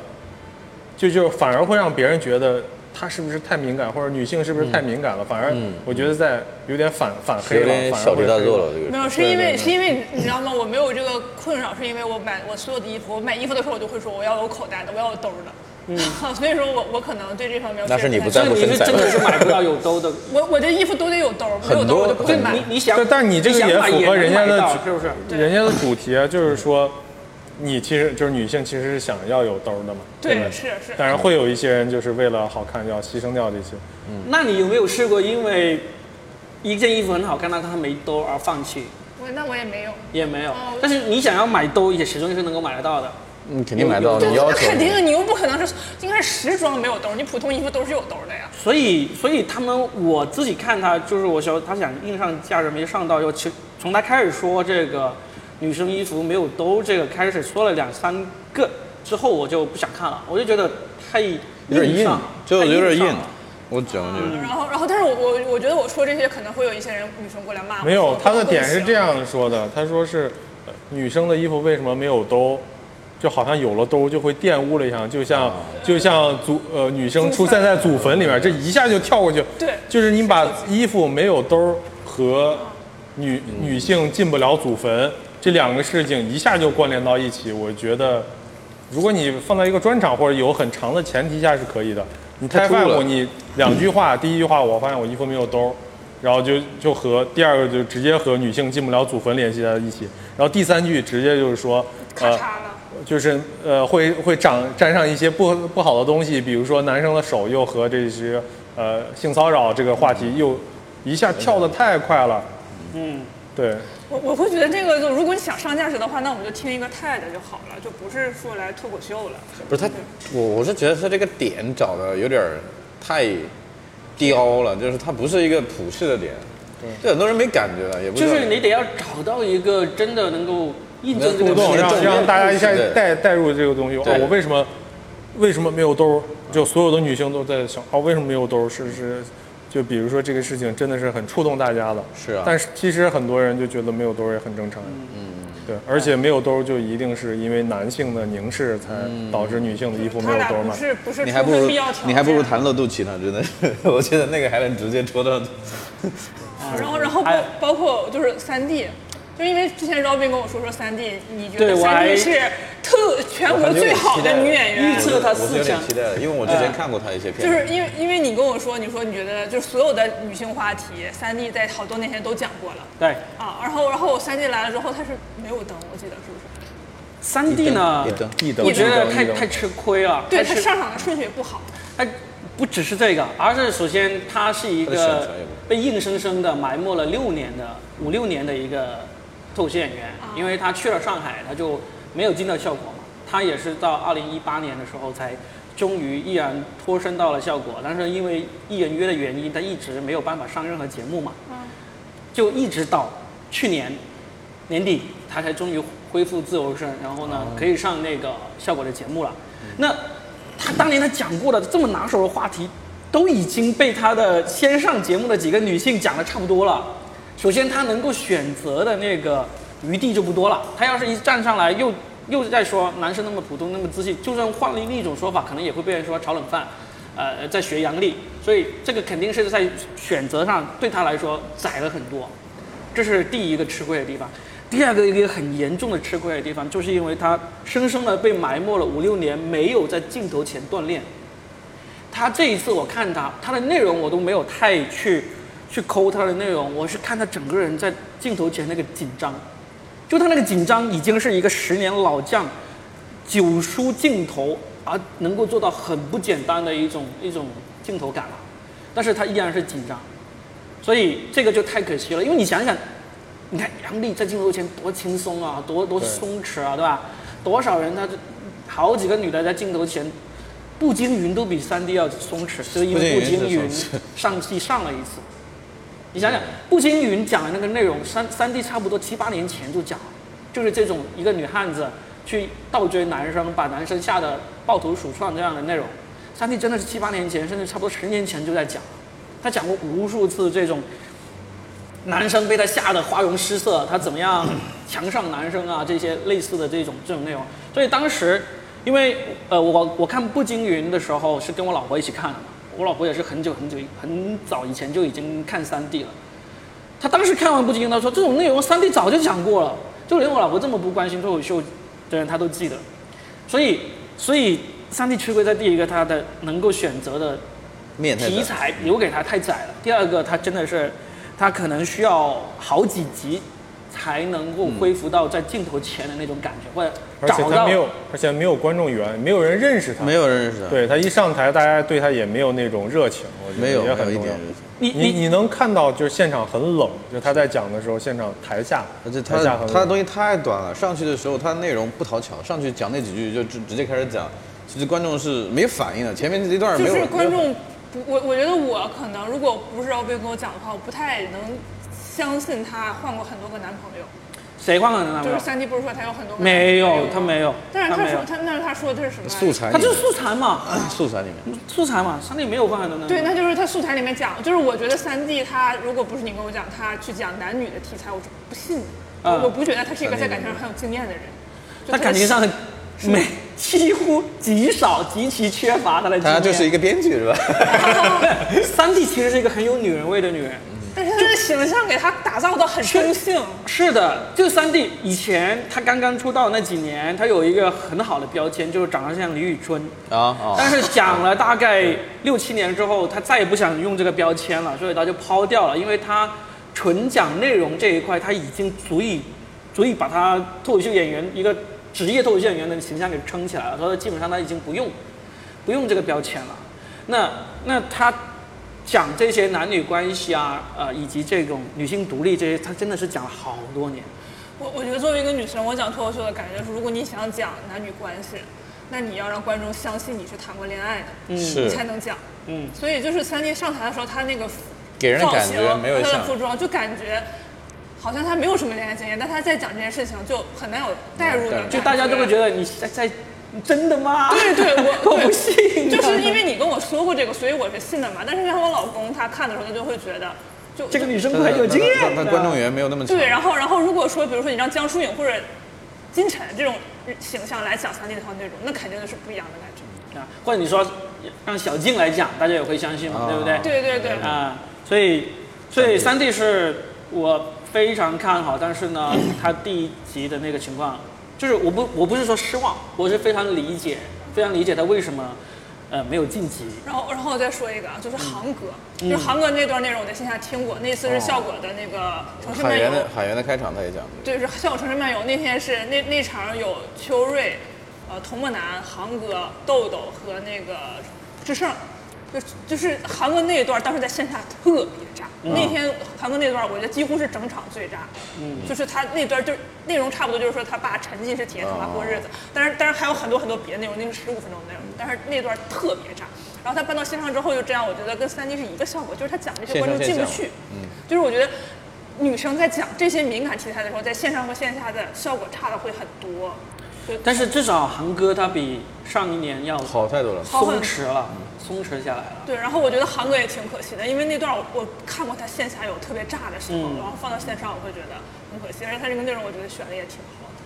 Speaker 4: 就就反而会让别人觉得。她是不是太敏感，或者女性是不是太敏感了？反而我觉得在有点反反黑
Speaker 2: 嗯有
Speaker 4: 了，
Speaker 2: 点
Speaker 4: 反而
Speaker 2: 小题
Speaker 4: 会
Speaker 2: 大
Speaker 4: 黑
Speaker 2: 做了，这个
Speaker 3: 没
Speaker 2: 人。
Speaker 3: 有，是因为是因为你知道吗？我没有这个困扰，是因为我买我所有的衣服，我买衣服的时候我就会说我要有口袋的，我要有兜儿的。嗯， 所以说我我可能对这方面
Speaker 2: 那是你不
Speaker 3: 在
Speaker 2: 在
Speaker 1: 但
Speaker 2: 乎
Speaker 1: 你
Speaker 2: 身
Speaker 1: 是
Speaker 2: 材
Speaker 1: 真的
Speaker 2: 吧，
Speaker 1: 是买不到有兜的，
Speaker 3: 我我这衣服都得有兜儿，没有兜儿我就不会
Speaker 2: 很多
Speaker 3: 买
Speaker 1: 你。你想
Speaker 4: 对，但你这个
Speaker 1: 想
Speaker 4: 也
Speaker 1: 买
Speaker 4: 符合
Speaker 1: 能
Speaker 4: 人家
Speaker 1: 买
Speaker 4: 的
Speaker 1: 到
Speaker 4: 主
Speaker 1: 是不是？
Speaker 4: 人家的主题啊，就是说，你其实就是女性其实是想要有兜儿的嘛，
Speaker 3: 对
Speaker 4: 吧
Speaker 3: 是是
Speaker 4: 当然会有一些人就是为了好看要牺牲掉这些，
Speaker 1: 那你有没有试过因为一件衣服很好看，但它没兜而放弃？
Speaker 3: 我那我也没有。
Speaker 1: 也没有
Speaker 3: 哦。
Speaker 1: 但是你想要买兜，也始终是能够买得到的。
Speaker 2: 你嗯肯定买到
Speaker 3: 对
Speaker 2: 你要
Speaker 3: 那
Speaker 2: 求
Speaker 3: 肯
Speaker 2: 的。
Speaker 3: 定，你又不可能是应该是时装没有兜儿，你普通衣服都是有兜儿的呀。
Speaker 1: 所以，所以他们我自己看他，就是我想他想硬上价值没上到，又其从他开始说这个女生衣服没有兜这个开始说了两三个之后，我就不想看了，我就觉得太
Speaker 2: 有点
Speaker 1: 硬
Speaker 2: 硬
Speaker 1: 上，
Speaker 2: 就
Speaker 1: 太
Speaker 2: 有点
Speaker 1: 上
Speaker 2: 硬
Speaker 1: 了。
Speaker 2: 我整我觉得，
Speaker 3: 然后，然后，但是我我我觉得我说这些可能会有一些人女生过来骂我。
Speaker 4: 没有，他的点是这
Speaker 3: 样，
Speaker 4: 样说的，他说是呃女生的衣服为什么没有兜？就好像有了兜就会玷污了一样，就
Speaker 2: 啊
Speaker 4: 像就像祖呃女生出现在祖坟里面，这一下就跳过去。
Speaker 3: 对
Speaker 4: 就是你把衣服没有兜和女
Speaker 2: 嗯
Speaker 4: 女性进不了祖坟这两个事情一下就关联到一起，我觉得如果你放在一个专场或者有很长的前提下是可以的。你
Speaker 2: 太
Speaker 4: 开
Speaker 2: 突
Speaker 4: 饭
Speaker 2: 了
Speaker 4: 我你两句话，第一句话我发现我衣服没有兜儿，然后就就和第二个就直接和女性进不了祖坟联系在一起，然后第三句直接就是说，
Speaker 3: 咔
Speaker 4: 呃，
Speaker 3: 嚓了。
Speaker 4: 就是呃会会长沾上一些不不好的东西，比如说男生的手又和这些呃性骚扰这个话题又一下跳得太快了，
Speaker 1: 嗯，
Speaker 4: 对，
Speaker 3: 我我会觉得这个，就如果你想上价值的话，那我们就听一个态的就好了，就不是说来脱口秀了。
Speaker 2: 不是他，我我是觉得他这个点找的有点儿太刁了，就是他不是一个普世的点，对很多人没感觉啊了，也不知
Speaker 1: 就
Speaker 2: 道
Speaker 1: 是你得要找到一个真的能够印证这个
Speaker 2: 互
Speaker 4: 互动
Speaker 2: 是
Speaker 1: 事
Speaker 4: 让
Speaker 1: 情
Speaker 2: 正面
Speaker 4: 让大家一下
Speaker 2: 故事对
Speaker 4: 带带入这个东西。哦
Speaker 2: 对，
Speaker 4: 我为什么为什么没有兜儿？就所有的女性都在想，哦，为什么没有兜儿？是是，就比如说这个事情真的是很触动大家的。
Speaker 2: 是啊
Speaker 4: 但是其实很多人就觉得没有兜儿也很正常。嗯。对，而且没有兜儿就一定是因为男性的凝视才
Speaker 2: 嗯
Speaker 4: 导致女性的衣服没
Speaker 3: 他
Speaker 4: 有
Speaker 3: 俩
Speaker 4: 兜儿
Speaker 3: 不
Speaker 4: 嘛？
Speaker 3: 是不是
Speaker 2: 你还不
Speaker 3: 充分
Speaker 2: 如
Speaker 3: 必要条件
Speaker 2: 你还不如谈乐肚脐呢，真的是， 我觉得那个还能直接戳到。
Speaker 3: 然后然后包
Speaker 1: 还
Speaker 3: 包括就是三 D。就因为之前 Robin 跟我说说三 D，你觉
Speaker 1: 对
Speaker 3: 得
Speaker 1: 我
Speaker 3: 三
Speaker 1: 还
Speaker 3: D 是特全国最好的女演员
Speaker 1: 预，测他
Speaker 2: 我是有
Speaker 1: 思
Speaker 2: 点
Speaker 1: 想。
Speaker 2: 期待的，因为我之前看过他一些片，
Speaker 3: 就是因为因为你跟我说，你说你觉得就是所有的女性话题，三 D 在好多年前都讲过了
Speaker 1: 对，
Speaker 3: 啊。然后然后我三 D 来了之后，它是没有灯，我记得是不是？
Speaker 1: 三 D 呢
Speaker 2: 一，灯
Speaker 4: 一等
Speaker 1: 我觉
Speaker 4: 一
Speaker 1: 得
Speaker 4: 等
Speaker 1: 太
Speaker 4: 一等
Speaker 1: 太吃亏了。
Speaker 3: 对，
Speaker 1: 它
Speaker 3: 它
Speaker 1: 是
Speaker 3: 上场的顺序也不好。
Speaker 1: 它不只是这个，而是首先它是一
Speaker 2: 它的宣
Speaker 1: 个
Speaker 2: 传也不
Speaker 1: 被硬生生的埋没了六年的五六年的一个脱口秀演员，因为他去了上海，他就没有进到效果嘛。他也是到二零一八年的时候才终于毅然脱身到了效果，但是因为艺人约的原因，他一直没有办法上任何节目嘛，就一直到去年年底，他才终于恢复自由身，然后呢，可以上那个效果的节目了。那他当年他讲过的这么拿手的话题，都已经被他的先上节目的几个女性讲的差不多了。首先，他能够选择的那个余地就不多了。他要是一站上来又又在说男生那么普通那么自信，就算换了另一种说法，可能也会被人说炒冷饭，呃，在学杨笠。所以这个肯定是在选择上对他来说窄了很多。这是第一个吃亏的地方。第二个一个很严重的吃亏的地方，就是因为他生生的被埋没了五六年，没有在镜头前锻炼。他这一次我看他，他的内容我都没有太去去抠他的内容，我是看他整个人在镜头前那个紧张，就他那个紧张已经是一个十年老将，九叔镜头而能够做到很不简单的一种一种镜头感了，但是他依然是紧张，所以这个就太可惜了，因为你想想，你看杨笠在镜头前多轻松啊，多多松弛啊，对吧？多少人他就好几个女的在镜头前，步惊云都比三 D 要松弛，就是因为
Speaker 2: 步
Speaker 1: 步
Speaker 2: 惊
Speaker 1: 惊
Speaker 2: 云是
Speaker 1: 云
Speaker 2: 松弛
Speaker 1: 上戏上了一次。你想想，步惊云讲的那个内容，三三 D 差不多七八年前就讲了，就是这种一个女汉子去倒追男生，把男生吓得抱头鼠窜这样的内容，三 D 真的是七八年前，甚至差不多十年前就在讲了，他讲过无数次这种男生被他吓得花容失色，他怎么样强上男生啊？这些类似的这种这种内容。所以当时，因为呃，我我看《步惊云》的时候是跟我老婆一起看的嘛，我老婆也是很久很久很早以前就已经看三 D 了。她当时看完《步惊云》，她说这种内容三 D 早就讲过了，就连我老婆这么不关心脱口秀的人，她都记得。所以，所以三 D 吃亏在第一个，他的能够选择的
Speaker 2: 面太
Speaker 1: 题
Speaker 2: 窄
Speaker 1: 材留给他太窄了。第二个，他真的是，他可能需要好几集才能够恢复到在镜头前的那种感觉，或者
Speaker 4: 而且
Speaker 1: 找
Speaker 4: 他
Speaker 1: 到
Speaker 4: 没有，而且没有观众缘，没有人认识他
Speaker 2: 没。有人认识他，
Speaker 4: 对他一上台，大家对他也没有那种热情，我觉得
Speaker 2: 没有
Speaker 4: 也
Speaker 2: 没有
Speaker 4: 很
Speaker 2: 一
Speaker 4: 重
Speaker 2: 点
Speaker 4: 要
Speaker 2: 认。识。
Speaker 1: 你
Speaker 4: 你
Speaker 1: 你
Speaker 4: 你能看到就是现场很冷，就他在讲的时候，现场台下
Speaker 2: 而且他
Speaker 4: 台下很
Speaker 2: 他的
Speaker 4: 冷。
Speaker 2: 东西太短了，上去的时候他内容不讨巧，上去讲那几句就直直接开始讲，其实观众是没反应的，前面这一段
Speaker 3: 就
Speaker 2: 没有。
Speaker 3: 是
Speaker 2: 没
Speaker 3: 观
Speaker 2: 有
Speaker 3: 众不，我我觉得我可能如果不是姚贝跟我讲的话，我不太能相信他换过很多个男朋友。
Speaker 1: 谁换了男朋
Speaker 3: 就
Speaker 1: 友
Speaker 3: 是？三弟不是说他有很多个男朋友
Speaker 1: 没有，他没有，
Speaker 3: 但是
Speaker 1: 他
Speaker 3: 他
Speaker 1: 没有
Speaker 3: 说，他那是他说的这是什么来着
Speaker 2: 素材里
Speaker 1: 他
Speaker 2: 面，
Speaker 1: 就是素材嘛，
Speaker 2: 素材里面，
Speaker 1: 素材嘛，上帝没有办法的呢。
Speaker 3: 对，那就是他素材里面讲，就是我觉得三弟他如果不是你跟我讲他去讲男女的题材，我是不信的，
Speaker 1: 嗯
Speaker 3: 我不觉得他是一个在感情上很有经验的人。就
Speaker 1: 他感情上没几乎极少极其缺乏他的经验。
Speaker 2: 他就是一个编剧 是吧？
Speaker 1: 三弟，其实是一个很有女人味的女人。
Speaker 3: 但是他的形象给他打造的很中性，
Speaker 1: 是的，就是三弟以前他刚刚出道那几年，他有一个很好的标签，就是长得像李宇春。
Speaker 2: 啊啊！
Speaker 1: 但是讲了大概六七年之后，他再也不想用这个标签了，所以他就抛掉了，因为他纯讲内容这一块，他已经足以足以把他脱口秀演员一个职业脱口秀演员的形象给撑起来了，所以基本上他已经不用不用这个标签了。那那他讲这些男女关系啊，呃，以及这种女性独立这些，他真的是讲了好多年。
Speaker 3: 我我觉得作为一个女生，我讲脱口秀的感觉是，如果你想讲男女关系，那你要让观众相信你是谈过恋爱的，你
Speaker 2: 是
Speaker 3: 才能讲。
Speaker 1: 嗯，
Speaker 3: 所以就是三弟上台的时候，他那个服
Speaker 2: 给人的
Speaker 3: 造
Speaker 2: 感
Speaker 3: 型
Speaker 2: 觉没有
Speaker 3: 他
Speaker 2: 像
Speaker 3: 的服装就感觉好像他没有什么恋爱经验，但他在讲这件事情就很难有代入感，
Speaker 1: 嗯就大家都会觉
Speaker 3: 得。
Speaker 1: 得你在在真的吗？
Speaker 3: 对对，我
Speaker 1: 我不信。啊
Speaker 3: 就是因为你跟我说过这个，所以我是信的嘛。但是像我老公他看的时候，他就会觉得，就
Speaker 1: 这个女生
Speaker 2: 但是
Speaker 1: 很有经验
Speaker 2: 但
Speaker 1: 的。
Speaker 2: 但但观众缘没有那么强。
Speaker 3: 对，然后然后如果说比如说你让江疏影或者金晨这种形象来讲三 D 的话，内容，那肯定就是不一样的感觉。
Speaker 1: 啊，或者你说让小静来讲，大家也会相信嘛，
Speaker 2: 啊
Speaker 1: 对不对？
Speaker 3: 对对对，
Speaker 1: 啊，所以所以三弟是我非常看好，但是呢， 他第一集的那个情况，就是我不我不是说失望，我是非常理解，非常理解他为什么呃没有晋级。
Speaker 3: 然后，然后我再说一个啊，就是
Speaker 2: 嗯
Speaker 3: 航哥，就是航哥那段内容我在线下听过，那次是效果的那个城市
Speaker 2: 嗯海
Speaker 3: 漫游
Speaker 2: 源，的海源的开场他也讲，
Speaker 3: 对，是效果城市漫游那天是那那场有邱瑞、呃童漠南、航哥、豆豆和那个志胜，就就是韩哥那一段，当时在线下特别
Speaker 2: 嗯
Speaker 3: 炸。那天韩哥那段，我觉得几乎是整场最炸。嗯，就是他那段就内容差不多，就是说他爸沉浸式体验他妈过日子，
Speaker 2: 哦
Speaker 3: 但是但是还有很多很多别的内容，那是十五分钟的内容，但是那段特别炸。然后他搬到线上之后就这样，我觉得跟三 D 是一个效果，就是他讲这些
Speaker 2: 线
Speaker 3: 观
Speaker 2: 上
Speaker 3: 众进不
Speaker 2: 线下
Speaker 3: 去。嗯，就是我觉得女生在讲这些敏感题材的时候，在线上和线下的效果差的会很多。就
Speaker 1: 但是至少韩哥他比上一年要
Speaker 2: 好太多了。
Speaker 3: 好
Speaker 1: 松
Speaker 3: 很
Speaker 1: 弛了，松弛下来了。
Speaker 3: 对，然后我觉得韩哥也挺可惜的，因为那段我我看过他线下有特别炸的时候，
Speaker 1: 嗯
Speaker 3: 然后放到线上我会觉得很可惜，而且他这个内容我觉得选的也挺好的。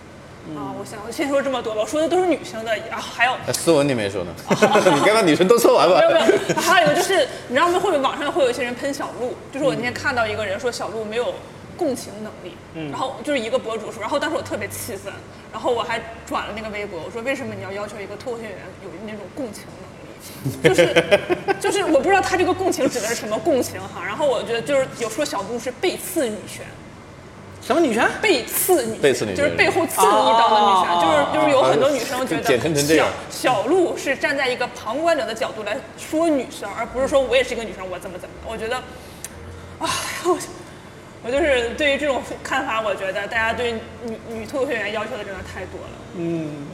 Speaker 1: 嗯
Speaker 3: 啊，我想我先说这么多吧，我说的都是女生的，然后还有
Speaker 2: 哎思文你没说呢， 你刚刚女生都说完吧
Speaker 3: 没有没？有，还有一个就是你知道吗？会不会网上会有一些人喷小鹿？就是我那天看到一个人说小鹿没有共情能力，然后就是一个博主说，然后当时我特别气愤，然后我还转了那个微博，我说为什么你要要求一个脱口秀演员有那种共情能力？就是就是我不知道他这个共情指的是什么共情哈，然后我觉得就是有说小鹿是背刺女权，
Speaker 1: 什么女权？
Speaker 3: 背刺女，
Speaker 2: 背刺女
Speaker 3: 就是
Speaker 2: 权
Speaker 3: 背后刺你一刀的女权，
Speaker 1: 哦
Speaker 3: 就是就是有很多女生觉
Speaker 2: 就简称
Speaker 3: 得
Speaker 2: 成这
Speaker 3: 小
Speaker 2: 样
Speaker 3: 小鹿是站在一个旁观者的角度来说女生，而不是说我也是一个女生，我怎么怎么，我觉得，啊，我我就是对于这种看法，我觉得大家对女女脱口秀演员要求的真的太多了。嗯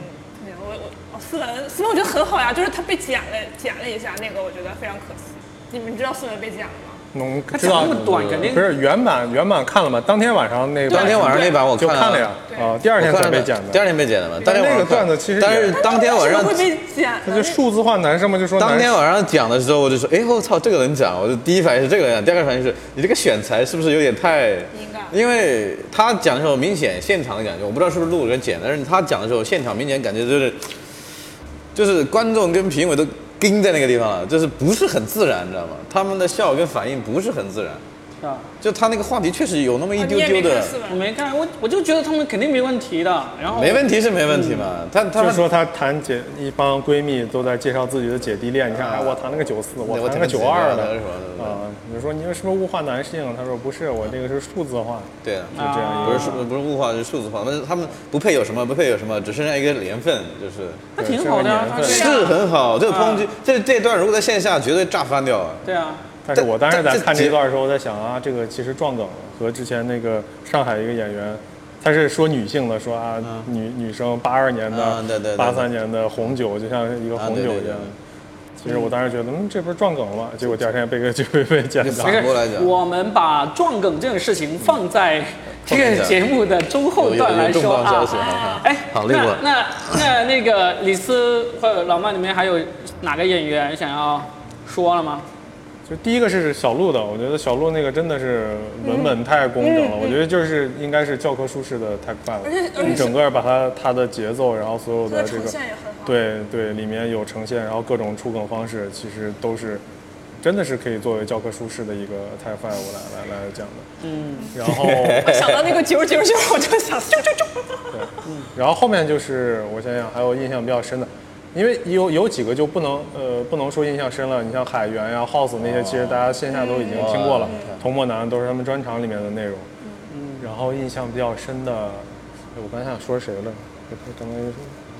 Speaker 3: 嗯，我我我思文思文我觉得很好呀，就是他被剪了剪了一下，那个我觉得非常可惜。你们知道思文被剪了吗？
Speaker 4: 能
Speaker 1: 他
Speaker 4: 知
Speaker 1: 讲
Speaker 4: 道
Speaker 1: 那么短，肯定
Speaker 4: 不是原版原版看了吗？当天晚上那个
Speaker 2: 当天晚上那版我
Speaker 4: 就看了呀，啊，第二
Speaker 2: 我
Speaker 4: 天
Speaker 2: 看
Speaker 4: 才
Speaker 2: 了
Speaker 4: 被
Speaker 2: 的
Speaker 4: 剪
Speaker 2: 第
Speaker 4: 的。
Speaker 2: 二天被剪的嘛。当天晚上
Speaker 4: 那个
Speaker 2: 看
Speaker 4: 段子其实
Speaker 2: 但是
Speaker 4: 也
Speaker 2: 当天晚 上
Speaker 3: 为什么会被剪了
Speaker 4: 他就数字化男生嘛，就说
Speaker 2: 当天
Speaker 4: 男
Speaker 2: 晚上讲的时候，我就说，哎，我操，这个能讲！我就第一反应是这个能讲，第二个反应是你这个选材是不是有点太
Speaker 3: 敏感
Speaker 2: 因为他讲的时候明显现场的感觉，我不知道是不是录跟剪，但是他讲的时候现场明显感觉就是，就是观众跟评委都盯在那个地方了，就是不是很自然，你知道吗？他们的笑跟反应不是很自然，
Speaker 1: 是吧？
Speaker 2: 就他那个话题确实有那么一
Speaker 3: 啊
Speaker 2: 丢
Speaker 3: 你
Speaker 2: 丢
Speaker 3: 也没
Speaker 2: 的
Speaker 3: 看，思文
Speaker 1: 我没看，我我就觉得他们肯定没问题的。然后
Speaker 2: 没问题是没问题嘛，他他
Speaker 4: 就是
Speaker 2: 们
Speaker 4: 说她谈姐一帮闺蜜都在介绍自己的姐弟恋，你看，哎，我谈了个九四，我谈了个九二
Speaker 2: 我
Speaker 4: 的
Speaker 2: 谈了个92的
Speaker 4: 啊，你说你们是不是物化男性？她说不是，我这个是数字化，
Speaker 2: 对啊。
Speaker 4: 就这样一
Speaker 2: 不
Speaker 4: 个
Speaker 2: 是数不是物化，是数字化。但是他们不配有什么，不配有什么，只剩下一个年份，就是
Speaker 1: 那挺好的啊，他
Speaker 4: 对这个年份
Speaker 1: 这
Speaker 2: 是
Speaker 1: 样
Speaker 2: 很好，这个抨击
Speaker 1: 啊，
Speaker 2: 这这段如果在线下绝对炸翻掉啊！
Speaker 1: 对啊，
Speaker 4: 但但是我当时在
Speaker 2: 但但
Speaker 4: 看这
Speaker 2: 这
Speaker 4: 一段的时候，我在想啊，这个其实撞梗了，和之前那个上海一个演员，他是说女性的，说啊、女女生八二年
Speaker 2: 啊嗯对对
Speaker 4: 的、
Speaker 2: 对
Speaker 4: 八三年的红酒，就像一个
Speaker 2: 啊
Speaker 4: 红
Speaker 2: 对
Speaker 4: 酒
Speaker 2: 对
Speaker 4: 一样
Speaker 2: 对。
Speaker 4: 其实我当时觉得，嗯，这不是撞梗了吗？结果第二天被个就被被剪
Speaker 2: 就
Speaker 4: 掉
Speaker 2: 反。过来讲，嗯
Speaker 1: 我们把撞梗这种事情放在 这
Speaker 2: 后面
Speaker 1: 个
Speaker 2: 讲
Speaker 1: 节目的中后
Speaker 2: 有有
Speaker 1: 段
Speaker 2: 有
Speaker 1: 来
Speaker 2: 重
Speaker 1: 说
Speaker 2: 磅消
Speaker 1: 啊
Speaker 2: 息，。好看
Speaker 1: 哎，，
Speaker 2: 好累我。
Speaker 1: 那那那那个李斯或者老曼里面还有哪个演员想要说了吗？
Speaker 4: 就第一个是小鹿的，我觉得小鹿那个真的是文本太工整了，我觉得就是应该是教科书式的太快了
Speaker 3: 嗯而且而，且
Speaker 4: 你整个把它它的节奏，然后所有
Speaker 3: 它的
Speaker 4: 的这
Speaker 3: 呈
Speaker 4: 个
Speaker 3: 现也很好。
Speaker 4: 对对，里面有呈现，然后各种出梗方式，其实都是真的是可以作为教科书式的一个 type five 来来来讲的。嗯，然后
Speaker 3: 我想到那个九九九，我就想啾啾啾。
Speaker 4: 然后后面就是我想想，还有印象比较深的，因为有有几个就不能呃不能说印象深了，你像海源呀、House 那些，其实大家线下都已经听过了，童墨男都是他们专场里面的内容。嗯，然后印象比较深的，哎我刚才想说谁了，刚才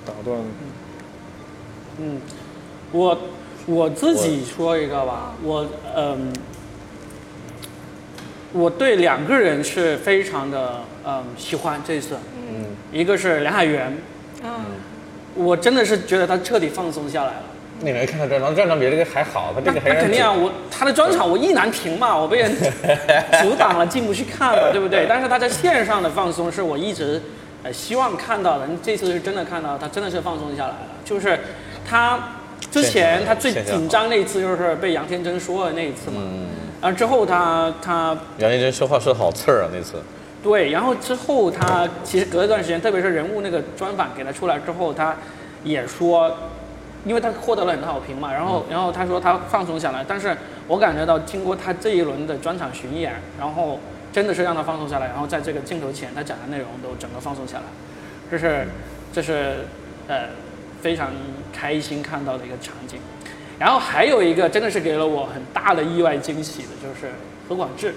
Speaker 4: 打断了。
Speaker 1: 我我自己说一个吧，我嗯，我对两个人是非常的嗯喜欢这一次，嗯，一个是梁海源，
Speaker 3: 嗯，
Speaker 1: 我真的是觉得他彻底放松下来了。
Speaker 2: 那人看到专场，专场比这个还好，他这
Speaker 1: 那
Speaker 2: 个
Speaker 1: 那
Speaker 2: 还让
Speaker 1: 肯定啊，
Speaker 2: 人
Speaker 1: 我他的专场我意难平嘛，我被人阻挡了，进不去看嘛，对不对？但是他在线上的放松是我一直呃希望看到的，这次是真的看到他真的是放松下来了，就是他之前
Speaker 2: 线上
Speaker 1: 他最
Speaker 2: 线下好
Speaker 1: 紧张那一次就是被杨天真说的那一次嘛，
Speaker 2: 嗯
Speaker 1: 然后之后他他
Speaker 2: 杨一真说话说的好刺儿啊，那次
Speaker 1: 对，然后之后他其实隔一段时间，特别是人物那个专访给他出来之后，他也说，因为他获得了很多好评嘛，然后然后他说他放松下来，但是我感觉到经过他这一轮的专场巡演，然后真的是让他放松下来，然后在这个镜头前他讲的内容都整个放松下来，这是这是呃非常开心看到的一个场景。然后还有一个真的是给了我很大的意外惊喜的，就是何广智。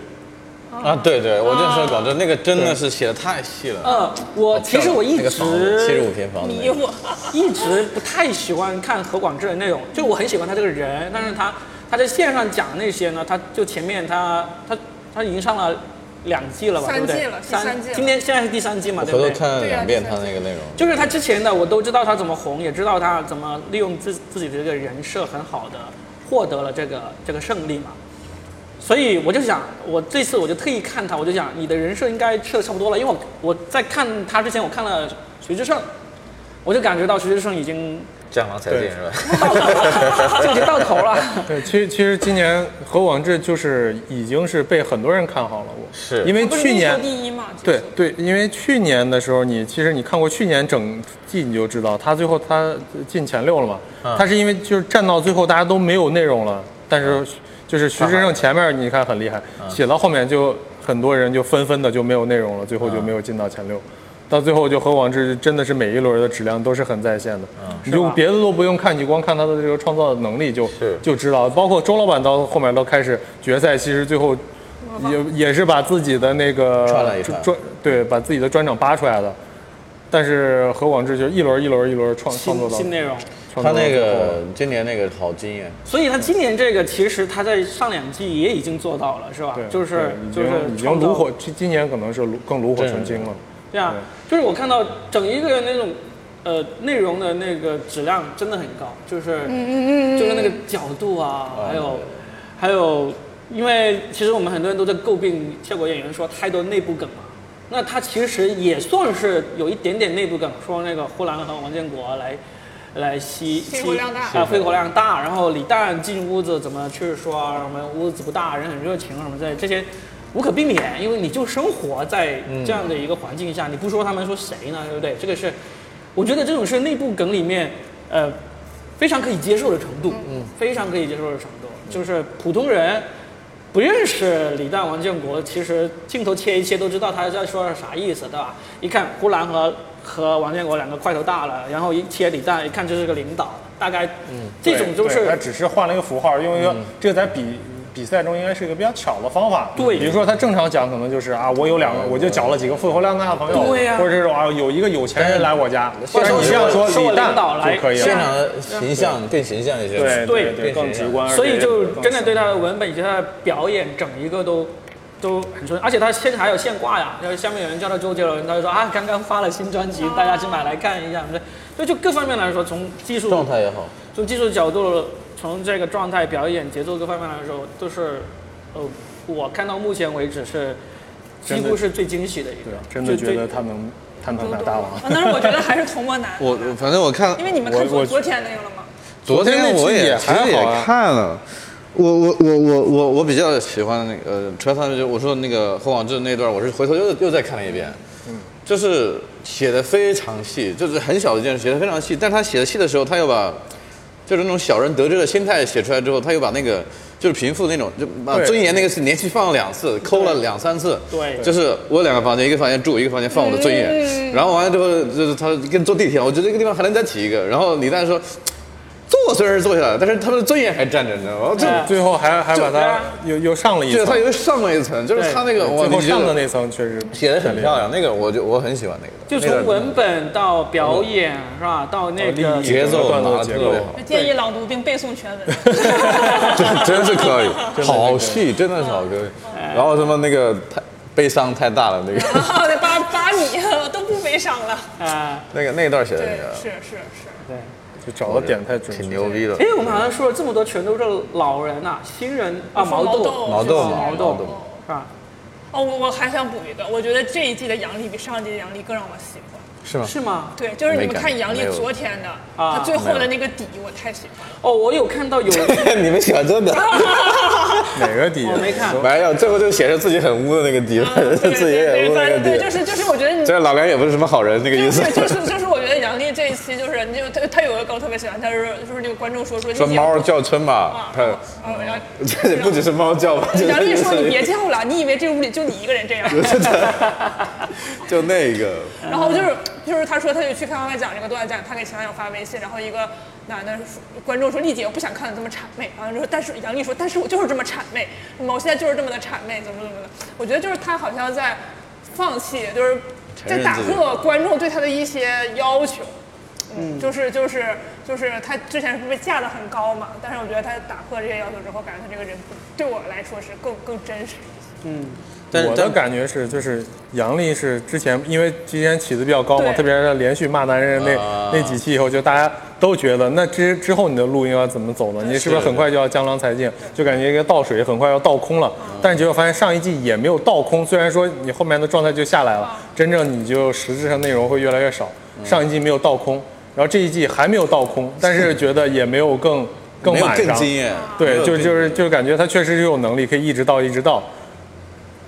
Speaker 2: 啊，对对，我就说广州那个真的是写的太细了。
Speaker 1: 呃，我其实我一
Speaker 2: 那个
Speaker 1: 直
Speaker 2: 房子七十五平方的那
Speaker 3: 迷
Speaker 2: 个，
Speaker 3: 糊。
Speaker 1: 一直不太喜欢看何广智的内容，就我很喜欢他这个人，但是他他在线上讲那些呢，他就前面他他他已经上了两季了吧，
Speaker 3: 三
Speaker 1: 对不对？
Speaker 3: 季了第三季了
Speaker 1: 今天现在是第三季嘛，
Speaker 2: 我
Speaker 1: 对不
Speaker 2: 回
Speaker 1: 对？
Speaker 2: 头看了
Speaker 3: 对啊
Speaker 2: 两遍
Speaker 3: 对
Speaker 2: 他
Speaker 3: 啊
Speaker 2: 那个内容。
Speaker 1: 就是他之前的我都知道他怎么红，也知道他怎么利用自自己的这个人设很好的获得了这个这个胜利嘛。所以我就想，我这次我就特意看他，我就想你的人设应该吃的差不多了，因为我我在看他之前，我看了徐志胜，我就感觉到徐志胜已经
Speaker 2: 战狼才
Speaker 4: 对
Speaker 2: 尽是吧？
Speaker 1: 到头了，就已经到头 了。
Speaker 4: 对，其实其实今年何广智就是已经是被很多人看好了，我
Speaker 2: 是
Speaker 4: 因为
Speaker 3: 哦不是
Speaker 4: 去年
Speaker 3: 说第一嘛？就是
Speaker 4: 对对，因为去年的时候你其实你看过去年整季你就知道，他最后他进前六了嘛，
Speaker 1: 嗯
Speaker 4: 他是因为就是站到最后大家都没有内容了，但
Speaker 1: 嗯
Speaker 4: 是就是徐志胜前面你看很厉害，写到后面就很多人就纷纷的就没有内容了，最后就没有进到前
Speaker 1: 嗯
Speaker 4: 六。到最后就何广智真的是每一轮的质量都是很在线的，你
Speaker 1: 嗯是
Speaker 4: 就
Speaker 1: 吧
Speaker 4: 别的都不用看，你光看他的这个创造的能力就是就知道。包括周老板到后面都开始决赛，其实最后也也是把自己的那个
Speaker 2: 串了一串
Speaker 4: 专专对把自己的专场扒出来的，但是何广智就是一轮一轮一轮创创作
Speaker 1: 新
Speaker 4: 到
Speaker 1: 新内容，
Speaker 4: 创
Speaker 2: 他
Speaker 4: 作到
Speaker 2: 那
Speaker 4: 最后
Speaker 2: 个今年那个好惊艳，
Speaker 1: 所以他今年这个其实他在上两季也已经做到了，是吧
Speaker 4: 对？
Speaker 1: 就是就
Speaker 4: 对
Speaker 1: 是
Speaker 4: 已经已
Speaker 1: 创造
Speaker 4: 经炉火，今今年可能是炉更炉火纯青了。
Speaker 1: 对啊，就是我看到整一个那种，呃，内容的那个质量真的很高，就是，就是那个角度啊，还有，还有，因为其实我们很多人都在诟病效果演员说太多内部梗嘛，那他其实也算是有一点点内部梗，说那个呼兰和王建国来。来吸
Speaker 3: 肺
Speaker 1: 吸
Speaker 3: 活量大
Speaker 1: 啊，肺活量大。然后李诞进屋子怎么去说啊什么屋子不大，人很热情什么之类的，这些无可避免，因为你就生活在这样的一个环境下，你不说他们说谁呢？对不对？这个是，我觉得这种是内部梗里面，呃，非常可以接受的程度，嗯，非常可以接受的程度，就是普通人。不认识李诞、王建国，其实镜头切一切都知道他在说啥意思，对吧？一看呼兰和和王建国两个块头大了，然后一切李诞，一看就是个领导，大概这种就
Speaker 4: 嗯对
Speaker 1: 是
Speaker 2: 嗯
Speaker 4: 他只是换了一个符号，用一个这个在比比赛中应该是一个比较巧的方法。
Speaker 1: 对
Speaker 4: 比如说他正常讲可能就是啊，我有两个，
Speaker 2: 嗯
Speaker 4: 我就找了几个负荷量大的朋友，
Speaker 1: 对呀
Speaker 4: 或者是啊有一个有钱人来我家，
Speaker 2: 是
Speaker 4: 但是你这样说
Speaker 1: 是我
Speaker 4: 李诞
Speaker 1: 领导来
Speaker 4: 就可以
Speaker 2: 现
Speaker 4: 了，
Speaker 2: 场的形象更形象一些。
Speaker 4: 对
Speaker 1: 对
Speaker 4: 对，更直观，
Speaker 1: 所以就真的对
Speaker 4: 他
Speaker 1: 他的文本以及他的表演整一个都都很顺，而且他现在还有现挂呀，就是下面有人叫他周杰伦，他就说啊，刚刚发了新专辑，大家去买来看一下，对，就就各方面来说，从技术
Speaker 2: 状态也好，
Speaker 1: 从技术角度，从这个状态、表演、节奏各方面来说，都是，呃，我看到目前为止是几
Speaker 4: 真的
Speaker 1: 乎是最惊喜的一个
Speaker 4: 对，真的
Speaker 1: 就
Speaker 4: 觉得他能探探打大王。
Speaker 3: 啊但是我觉得还是童漠难，
Speaker 2: 我反正我看
Speaker 3: 因为你们看
Speaker 4: 我
Speaker 3: 昨
Speaker 4: 我
Speaker 3: 昨天那个了吗？
Speaker 2: 昨天我也
Speaker 4: 昨天那
Speaker 2: 其实
Speaker 4: 期也还好啊
Speaker 2: 也看了，我我我我我我比较喜欢的那个呃，除了他就我说那个侯广志那段，我是回头又又再看了一遍，嗯，就是写的非常细，就是很小的一件事写的非常细，但他写的细的时候，他又把就是那种小人得志的心态写出来之后，他又把那个就是贫富那种就把
Speaker 4: 对
Speaker 2: 尊严那个是连续放了两次，抠了两三次，
Speaker 1: 对
Speaker 2: 就是我有两个房间，一个房间住，一个房间放我的尊严，
Speaker 4: 嗯
Speaker 2: 然后完了之后就是他跟坐地铁，我觉得这个地方还能再起一个，然后李诞说。坐虽然是坐下来了，但是他们的尊严还站着呢。我这
Speaker 1: 哎
Speaker 4: 最后还还把
Speaker 1: 对
Speaker 4: 他
Speaker 1: 啊
Speaker 4: 又又上了一
Speaker 2: 就是
Speaker 4: 层，
Speaker 2: 他有上过一层，就是他那个我
Speaker 4: 最后
Speaker 2: 你觉
Speaker 4: 上的
Speaker 2: 得
Speaker 4: 那层确实
Speaker 2: 写的很
Speaker 4: 厉害
Speaker 2: 漂亮，那个我就我很喜欢那个。
Speaker 1: 就
Speaker 2: 那
Speaker 1: 从
Speaker 2: 个
Speaker 1: 文本到表演是吧，到那个
Speaker 4: 立意
Speaker 2: 节奏啊
Speaker 4: 段落
Speaker 2: 拿得
Speaker 4: 结
Speaker 2: 特别
Speaker 4: 构
Speaker 2: 好，
Speaker 3: 建议朗读并背诵 全文。
Speaker 2: 真真是可以，好戏真的是好歌。
Speaker 3: 哎
Speaker 2: 然后什么那个太悲伤太大了，那个
Speaker 3: 啊，那八八米我都不悲伤了。
Speaker 1: 啊，
Speaker 2: 那个那段写的
Speaker 3: 对
Speaker 2: 那，个
Speaker 3: 是是是。
Speaker 1: 对。
Speaker 4: 就找的点太准确
Speaker 2: 挺。牛逼的
Speaker 1: 哎。，我们好像说了这么多，全都是老人呐、新人啊，毛
Speaker 3: 哦毛
Speaker 1: 豆，
Speaker 3: 豆
Speaker 2: 毛豆
Speaker 1: 毛
Speaker 2: 毛
Speaker 1: 豆
Speaker 2: 豆
Speaker 1: 是吧？
Speaker 3: 哦，我我还想补一个，我觉得这一季的杨笠比上一季的杨笠更让我喜欢。
Speaker 2: 是吗？
Speaker 1: 是吗？
Speaker 3: 对，就是你们看杨笠
Speaker 2: 没有
Speaker 3: 昨天的，
Speaker 1: 啊
Speaker 3: 他最后的那个底，我太喜欢了。
Speaker 1: 哦，我有看到有，
Speaker 2: 你们喜欢真的？
Speaker 4: 哪个底？
Speaker 1: 我没看
Speaker 2: 啊没有，最后就写着自己很污的那个底，
Speaker 3: 啊 对
Speaker 2: 自己
Speaker 3: 对
Speaker 2: 也污的
Speaker 3: 反
Speaker 2: 那
Speaker 3: 正
Speaker 2: 个
Speaker 3: 对，
Speaker 2: 底
Speaker 3: 就。是就是，我觉得你
Speaker 2: 这老梁也不是什么好人，那个意
Speaker 3: 就
Speaker 2: 思
Speaker 3: 是。 就是就是，我觉得杨笠这一期就是，你就他他有一个梗特别喜欢，他是就是那个观众说说你
Speaker 2: 说
Speaker 3: 也
Speaker 2: 猫叫春吧，
Speaker 3: 啊，
Speaker 2: 他
Speaker 3: 啊然后
Speaker 2: 这 也不只是猫叫吧，就是
Speaker 3: 杨笠说 你
Speaker 2: 就是
Speaker 3: 别叫了，你以为这屋里就你一个人这样？
Speaker 2: 就那个，
Speaker 3: 然后就是就是他说他就去看外讲这个段子，他给前男友发微信，然后一个男的说观众说丽姐我不想看你这么谄媚，然后就说但是杨笠说但是我就是这么谄媚，什么我现在就是这么的谄媚，怎么怎么的，我觉得就是他好像在放弃，就是在打
Speaker 2: 承认自
Speaker 3: 破观众对他的一些要求。嗯，就是就是就是他之前是被架得很高嘛，但是我觉得他打破这些要求之后，感觉他这个人不对我来说是更更真实。
Speaker 2: 但
Speaker 4: 我的感觉是，就是杨笠是之前因为之前起的比较高嘛，
Speaker 3: 对
Speaker 4: 特别是连续骂男人那、
Speaker 2: 啊
Speaker 4: 那几期以后，就大家都觉得那之之后你的路应该怎么走呢？你是不是很快就要江郎才尽？就感觉一个倒水很快要倒空了。但是结果发现上一季也没有倒空，虽然说你后面的状态就下来了，真正你就实质上内容会越来越少。上一季没有倒空，然后这一季还没有倒空，但是觉得也没有更更
Speaker 2: 没有
Speaker 4: 满
Speaker 2: 更
Speaker 4: 上。
Speaker 2: 惊艳，没
Speaker 4: 对，
Speaker 2: 有
Speaker 4: 就
Speaker 2: 更
Speaker 4: 就是就是感觉他确实是有能力可以一直到一直到。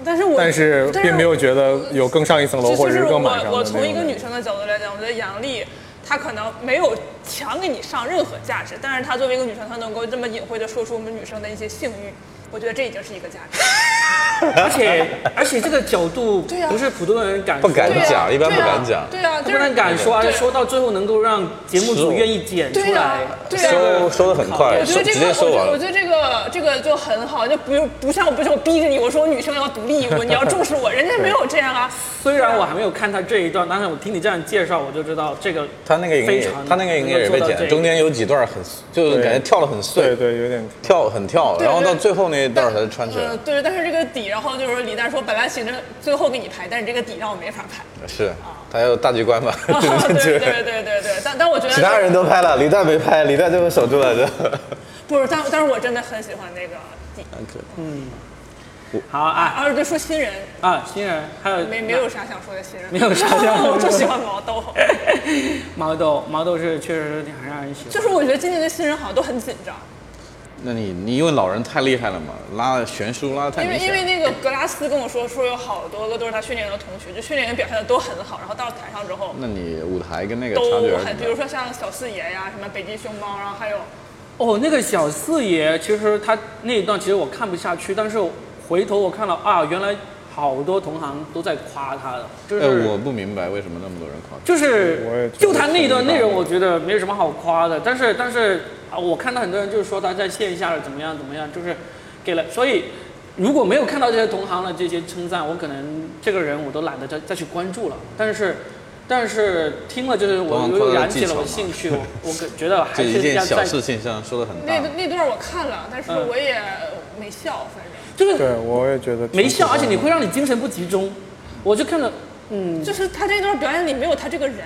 Speaker 3: 但是我
Speaker 4: 但是并没有觉得有更上一层楼，
Speaker 3: 啊就
Speaker 4: 或者
Speaker 3: 就是是
Speaker 4: 更满上的那
Speaker 3: 我
Speaker 4: 种
Speaker 3: 我从一个女生的角度来讲，我觉得杨笠她可能没有强给你上任何价值，但是她作为一个女生，她能够这么隐晦的说出我们女生的一些性欲，我觉得这已经是一个价值。
Speaker 1: 而且而且这个角度
Speaker 3: 对啊
Speaker 1: 不是普通人敢
Speaker 2: 不敢
Speaker 1: 说的
Speaker 2: 讲一般不敢讲
Speaker 3: 对
Speaker 1: 他
Speaker 3: 啊，就
Speaker 1: 不
Speaker 3: 是
Speaker 1: 但敢说，而且说到最后能够让节目组愿意剪出
Speaker 3: 对
Speaker 1: 来
Speaker 3: 啊，对啊
Speaker 2: 收收的很快，
Speaker 3: 我觉
Speaker 2: 收
Speaker 3: 得这
Speaker 2: 直
Speaker 3: 个，
Speaker 2: 接
Speaker 3: 我
Speaker 2: 收
Speaker 3: 觉
Speaker 2: 完
Speaker 3: 得我
Speaker 2: 了。
Speaker 3: 觉得这个这个就很好，就不用不像不是我逼着你，我说我女生要独立，我你要重视我，人家没有这 样啊。
Speaker 1: 虽然我还没有看他这一段，但是我听你这样介绍，我就知道这个
Speaker 2: 他那个应该
Speaker 1: 非
Speaker 2: 也
Speaker 1: 常，
Speaker 2: 他那个应该也
Speaker 1: 能够做
Speaker 2: 被
Speaker 1: 到
Speaker 2: 剪
Speaker 1: 这
Speaker 2: 了，
Speaker 1: 一
Speaker 2: 中间有几段很，就是感觉跳的很
Speaker 4: 对
Speaker 2: 碎，
Speaker 4: 对，有点
Speaker 2: 跳很跳，
Speaker 3: 对
Speaker 2: 然后到
Speaker 3: 对
Speaker 2: 最后那一段才穿起来
Speaker 3: 嗯，，对，但是这个底，然后就是李诞说本来寻着最后给你排，但是这个底让我没法排。
Speaker 2: 是，他要大局观 吧，
Speaker 3: 啊
Speaker 2: 就
Speaker 3: 对
Speaker 2: 是这
Speaker 3: 对对
Speaker 2: 个。
Speaker 3: 对对对，但但我觉得
Speaker 2: 其他人都拍了，李诞没拍，李诞最后守住了，这。
Speaker 3: 不是，但但是我真的很喜欢那个底。
Speaker 1: 好啊
Speaker 3: 而且说新人，
Speaker 1: 啊，新人还有
Speaker 3: 没没有啥想说的新人，
Speaker 1: 没有啥想说的
Speaker 3: 我就喜欢毛豆。
Speaker 1: 毛豆，毛豆是确实是很让人喜欢。
Speaker 3: 就是我觉得今年的新人好像都很紧张，
Speaker 2: 那你你因为老人太厉害了嘛，拉的悬殊拉的太
Speaker 3: 因为
Speaker 2: 明
Speaker 3: 因
Speaker 2: 显
Speaker 3: 为
Speaker 2: 了。
Speaker 3: 那个格拉斯跟我说，说有好多个都是他训练营的同学，就训练营表现的都很好，然后到了台上之
Speaker 1: 嗯
Speaker 3: 后
Speaker 2: 那你舞台跟那个差距
Speaker 3: 都
Speaker 2: 还是
Speaker 3: 很，
Speaker 2: 挺
Speaker 3: 比
Speaker 2: 大
Speaker 3: 如
Speaker 2: 的。
Speaker 3: 说像小四爷呀，什么北极熊猫，然后还有
Speaker 1: 哦，那个小四爷，其实他那一段其实我看不下去，但是回头我看了啊，原来好多同行都在夸他的，就是、
Speaker 2: 哎，我不明白为什么那么多人夸。
Speaker 1: 就是
Speaker 4: 我也觉
Speaker 1: 就
Speaker 4: 得
Speaker 1: 他那一段内容，
Speaker 4: 挺
Speaker 1: 我觉得没有什么好夸的。但是但是啊，我看到很多人就是说他在线下了怎么样怎么样，就是给了，所以如果没有看到这些同行的这些称赞，我可能这个人我都懒得再再去关注了。但是，但是听了就是
Speaker 2: 同
Speaker 1: 我
Speaker 2: 行
Speaker 1: 又
Speaker 2: 夸他的
Speaker 1: 燃起
Speaker 2: 技
Speaker 1: 了
Speaker 2: 巧
Speaker 1: 我
Speaker 2: 嘛
Speaker 1: 兴趣，我我可觉得还
Speaker 2: 这一
Speaker 1: 是
Speaker 2: 件
Speaker 1: 要
Speaker 2: 小
Speaker 1: 再
Speaker 2: 事情上说的很
Speaker 3: 那
Speaker 2: 大，
Speaker 3: 那段我看了，但是
Speaker 1: 嗯
Speaker 3: 我也没笑，反正
Speaker 1: 就是
Speaker 4: 对，我也觉得挺
Speaker 1: 没笑，
Speaker 4: 喜欢
Speaker 1: 而且你
Speaker 4: 的
Speaker 1: 会让你精神不集中。我就看着，嗯
Speaker 3: 就是他这段表演里没有他这个人，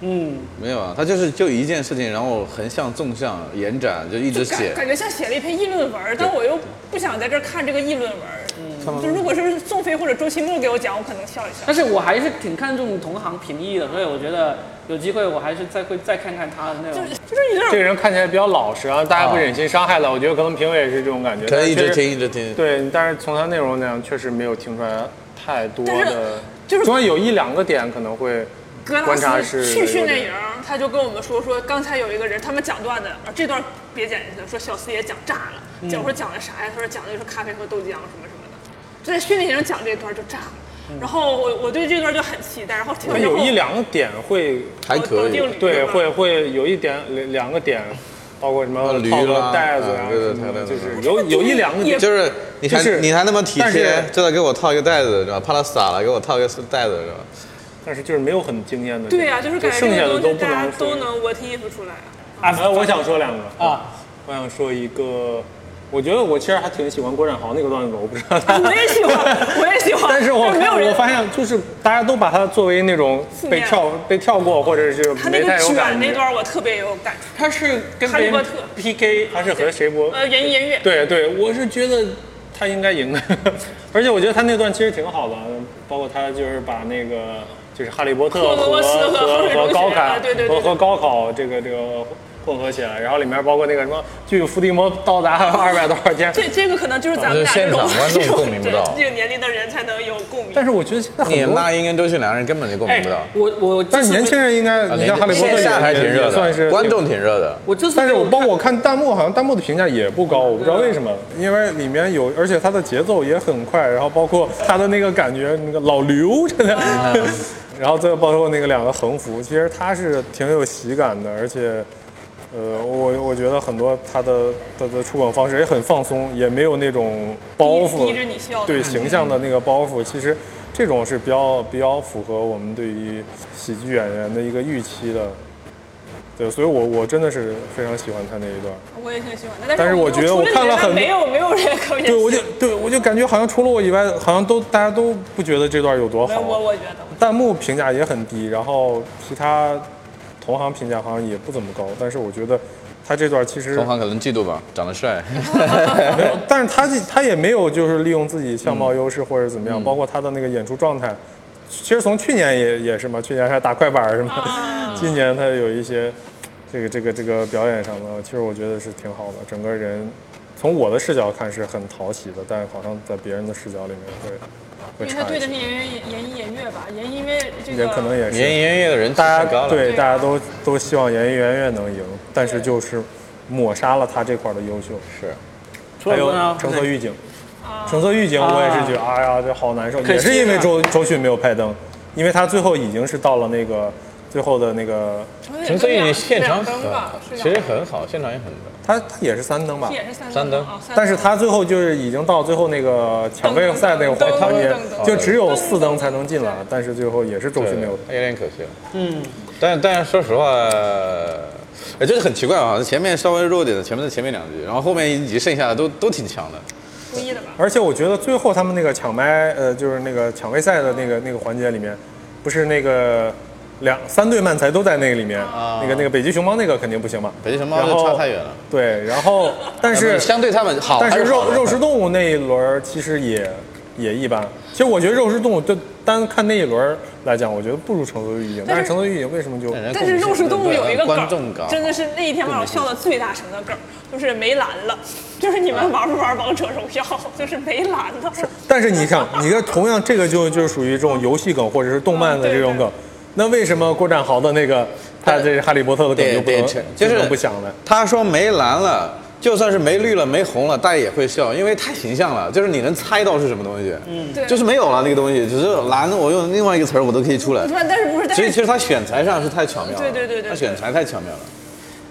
Speaker 1: 嗯，
Speaker 2: 没有啊，他就是就一件事情，然后横向、纵向、延展，就一直
Speaker 3: 就感
Speaker 2: 写。
Speaker 3: 感觉像写了一篇议论文，但我又不想在这儿看这个议论
Speaker 4: 嗯
Speaker 3: 文。就如果是宋飞或者周奇墨给我讲，我可能笑一笑。
Speaker 1: 但是我还是挺看重同行评议的，所以我觉得有机会我还是再会再看看他的那
Speaker 3: 就
Speaker 1: 种
Speaker 3: 是。就是有点
Speaker 4: 这个人看起来比较老实啊，大家不忍心伤害他，我觉得可能评委也是这种感觉。
Speaker 2: 可以一
Speaker 4: 但
Speaker 2: 直
Speaker 4: 是
Speaker 2: 听，一直听。
Speaker 4: 对，但是从他内容讲，确实没有听出来太多
Speaker 3: 但是
Speaker 4: 的，
Speaker 3: 就是
Speaker 4: 中间有一两个点可能会
Speaker 3: 格
Speaker 4: 观
Speaker 3: 拉
Speaker 4: 察
Speaker 3: 斯
Speaker 4: 是
Speaker 3: 去训
Speaker 4: 有
Speaker 3: 练
Speaker 4: 点
Speaker 3: 营，他就跟我们说说刚才有一个人他们讲段子，啊这段别剪进去，说小四爷讲炸
Speaker 4: 嗯
Speaker 3: 了，讲说讲的啥呀？他说讲的就是咖啡和豆浆什么什么的，就在训练营讲这段就炸了。然后我我对这段就很期待，然后听完之后
Speaker 4: 嗯有一两个点会，
Speaker 2: 还可以。
Speaker 4: 对，
Speaker 3: 吧
Speaker 4: 会会有一点两两个点，包括什么
Speaker 2: 驴
Speaker 4: 套个
Speaker 2: 啦
Speaker 4: 袋子
Speaker 2: 啊
Speaker 4: 啊
Speaker 2: 对对
Speaker 4: 什么的，
Speaker 2: 对对
Speaker 4: 就是有有一两个点。
Speaker 2: 就是你还、
Speaker 4: 就是
Speaker 2: 你还那么体
Speaker 4: 但
Speaker 2: 贴
Speaker 4: 是，
Speaker 2: 就在给我套一个袋子是吧？怕他洒了，给我套一个袋子是吧？
Speaker 4: 但是就是没有很惊艳的。
Speaker 3: 对呀、就是感觉
Speaker 4: 剩下
Speaker 3: 这
Speaker 4: 的
Speaker 3: 个
Speaker 4: 都
Speaker 3: 东西
Speaker 4: 不
Speaker 3: 大家
Speaker 4: 能
Speaker 3: 都能 what if 出来啊。
Speaker 4: 啊，我想说两个嗯
Speaker 1: 啊，
Speaker 4: 我想说一个，我觉得我其实还挺喜欢郭展豪那个段子的，我不知道他。
Speaker 3: 啊我也喜欢，我也喜欢。
Speaker 4: 但是我
Speaker 3: 没有
Speaker 4: 看我
Speaker 3: 人
Speaker 4: 发现，就是大家都把它作为那种被
Speaker 3: 面
Speaker 4: 跳被跳过，或者是
Speaker 3: 他那
Speaker 4: 没
Speaker 3: 个
Speaker 4: 太有
Speaker 3: 卷
Speaker 4: 感
Speaker 3: 那
Speaker 4: 觉。
Speaker 3: 段，我特别有感触。
Speaker 1: 他是跟
Speaker 3: 哈
Speaker 1: 别
Speaker 3: 利波
Speaker 1: 人
Speaker 3: 特
Speaker 1: PK，
Speaker 4: 他是和谁播？
Speaker 3: 呃，言言乐，
Speaker 4: 对对，我是觉得他应该赢 的，而且我觉得他那段其实挺好的，包括他就是把那个就是哈利波特
Speaker 3: 霍格沃
Speaker 4: 和
Speaker 3: 茨和
Speaker 4: 和
Speaker 3: 黑水
Speaker 4: 和
Speaker 3: 中
Speaker 4: 高
Speaker 3: 学啊
Speaker 4: 考
Speaker 3: 对对对
Speaker 4: 和和高考这个这个混合起来，然后里面包括那个什么距伏地魔到达二百多少天，
Speaker 3: 这这个可能就是咱们俩
Speaker 2: 就是
Speaker 3: 这
Speaker 2: 现
Speaker 3: 种
Speaker 2: 场观众
Speaker 3: 这种
Speaker 2: 共鸣不到
Speaker 3: 对这个年龄的人才能有共鸣。
Speaker 4: 但是我觉得现在很
Speaker 2: 你
Speaker 4: 多
Speaker 2: 那英跟周迅两个人根本就共鸣不到。啊
Speaker 1: 我我这
Speaker 4: 但是
Speaker 1: 次
Speaker 4: 年轻人应该，你像哈利波特
Speaker 2: 线下还挺
Speaker 4: 也
Speaker 2: 热
Speaker 4: 也算是
Speaker 2: 的，观众挺热的。
Speaker 1: 我这次
Speaker 4: 但是我包
Speaker 1: 帮
Speaker 4: 括我看弹幕，好像弹幕的评价也不高，我不知道为什么，因为里面有，而且它的节奏也很快，然后包括它的那个感觉，那个老刘真的， 然后再包括那个两个横幅，其实它是挺有喜感的，而且，呃，我我觉得很多它的它的出梗方式也很放松，也没有那种包袱
Speaker 3: 逼着你笑的
Speaker 4: 对
Speaker 3: 感觉
Speaker 4: 形象的那个包袱，其实这种是比较比较符合我们对于喜剧演员的一个预期的。对，所以我我真的是非常喜欢他那一段。
Speaker 3: 我也挺喜欢的，但
Speaker 4: 但是我觉得
Speaker 3: 除
Speaker 4: 我
Speaker 3: 了
Speaker 4: 看
Speaker 3: 你
Speaker 4: 了
Speaker 3: 们
Speaker 4: 很
Speaker 3: 没有没有人可以。
Speaker 4: 对，我就对我就感觉好像除了我以外，好像都大家都不觉得这段有多
Speaker 3: 没有我
Speaker 4: 好。
Speaker 3: 我觉得
Speaker 4: 弹幕评价也很低，然后其他同行评价好像也不怎么高，但是我觉得他这段其实
Speaker 2: 同行可能嫉妒吧，长得帅。
Speaker 4: 没有，但是他这他也没有就是利用自己相貌优势或者怎
Speaker 3: 嗯
Speaker 4: 么样，包括他的那个演出状态，其实从去年也也是嘛，去年还打快板儿什么，
Speaker 3: 啊
Speaker 4: 今年他有一些这个这个这个表演上的，其实我觉得是挺好的，整个人从我的视角看是很讨喜的，但好像在别人的视角里面会会
Speaker 3: 因为他
Speaker 4: 差
Speaker 3: 对
Speaker 4: 一
Speaker 3: 的
Speaker 4: 些
Speaker 3: 是，言言言音言乐吧，言因为这个啊
Speaker 4: 也可能也
Speaker 2: 演
Speaker 4: 是
Speaker 2: 音乐的人
Speaker 4: 大
Speaker 2: 太高
Speaker 4: 家
Speaker 2: 了，
Speaker 4: 对大家都都希望严艺圆圆能赢，但是就是抹杀了他这块儿的优秀。
Speaker 2: 是
Speaker 1: 除
Speaker 4: 还
Speaker 1: 了
Speaker 4: 有
Speaker 1: 我呢
Speaker 4: 橙色预警，
Speaker 3: 啊
Speaker 4: 橙色预警我也是觉得，哎呀，这好难受，也是因为周周迅没有拍灯，因为他最后已经是到了那个最后的那个，
Speaker 2: 陈思宇现场
Speaker 3: 两
Speaker 2: 很
Speaker 3: 灯吧，啊是啊
Speaker 2: 其
Speaker 3: 两
Speaker 2: 实
Speaker 3: 灯
Speaker 2: 很好，现场也很
Speaker 4: 他他也是三灯吧，
Speaker 3: 也是三
Speaker 2: 三灯
Speaker 3: 啊三
Speaker 4: 但是他最后就是已经到最后那个抢杯赛那个环环节
Speaker 3: 灯灯，
Speaker 4: 就只有四灯才能进来，但是最后也是周
Speaker 2: 对
Speaker 4: 迅没有。
Speaker 2: 有点可惜了。嗯，但但是说实话，哎，就是很奇怪啊，前面稍微弱点的，前面的前面两集，然后后面一集剩下的都都挺强的。
Speaker 3: 故意的吧？
Speaker 4: 而且我觉得最后他们那个抢麦，呃，就是那个抢杯赛的那个那个环节里面，不是那个两三对慢才都在那个里面，那个那个北极熊猫那个肯定不行嘛，
Speaker 2: 啊北极熊猫
Speaker 4: 然后
Speaker 2: 就差太远了，
Speaker 4: 对，然后但是
Speaker 2: 相对他们好，
Speaker 4: 但
Speaker 2: 还
Speaker 4: 是
Speaker 2: 好
Speaker 4: 肉
Speaker 2: 的
Speaker 4: 肉食动物那一轮儿其实也也一般。其实我觉得肉食动物就单看那一轮儿来讲，我觉得不如橙色预警。
Speaker 3: 但
Speaker 4: 但
Speaker 3: 是
Speaker 4: 是橙色预警为什么就
Speaker 2: 但人家
Speaker 3: 但是肉食动物有一个梗
Speaker 2: 观众
Speaker 3: 儿，真的是那一天晚上我笑的最大声的梗儿，就是没蓝了，就是你们玩不玩王者荣耀，就是没蓝了。
Speaker 4: 但是你想，你这同样这个就就是属于这种游戏梗或者是动漫的这种梗，那为什么郭展豪的那个他这哈利波特的
Speaker 2: 啊
Speaker 4: 梗
Speaker 2: 对
Speaker 4: 就不
Speaker 2: 对
Speaker 4: 能，
Speaker 2: 就
Speaker 4: 能
Speaker 2: 是
Speaker 4: 不想呢？
Speaker 2: 他说没蓝了，就算是没绿了、没红了，大家也会笑，因为太形象了，就是你能猜到是什么东西。嗯，
Speaker 3: 对
Speaker 2: 就是没有了那个东西，只是蓝，我用另外一个词儿我都可以出来
Speaker 3: 不。是，但是不是，但
Speaker 2: 所以其
Speaker 3: 是
Speaker 2: 实他选材上是太巧妙了，
Speaker 3: 对对对对
Speaker 2: 他选材太巧妙了。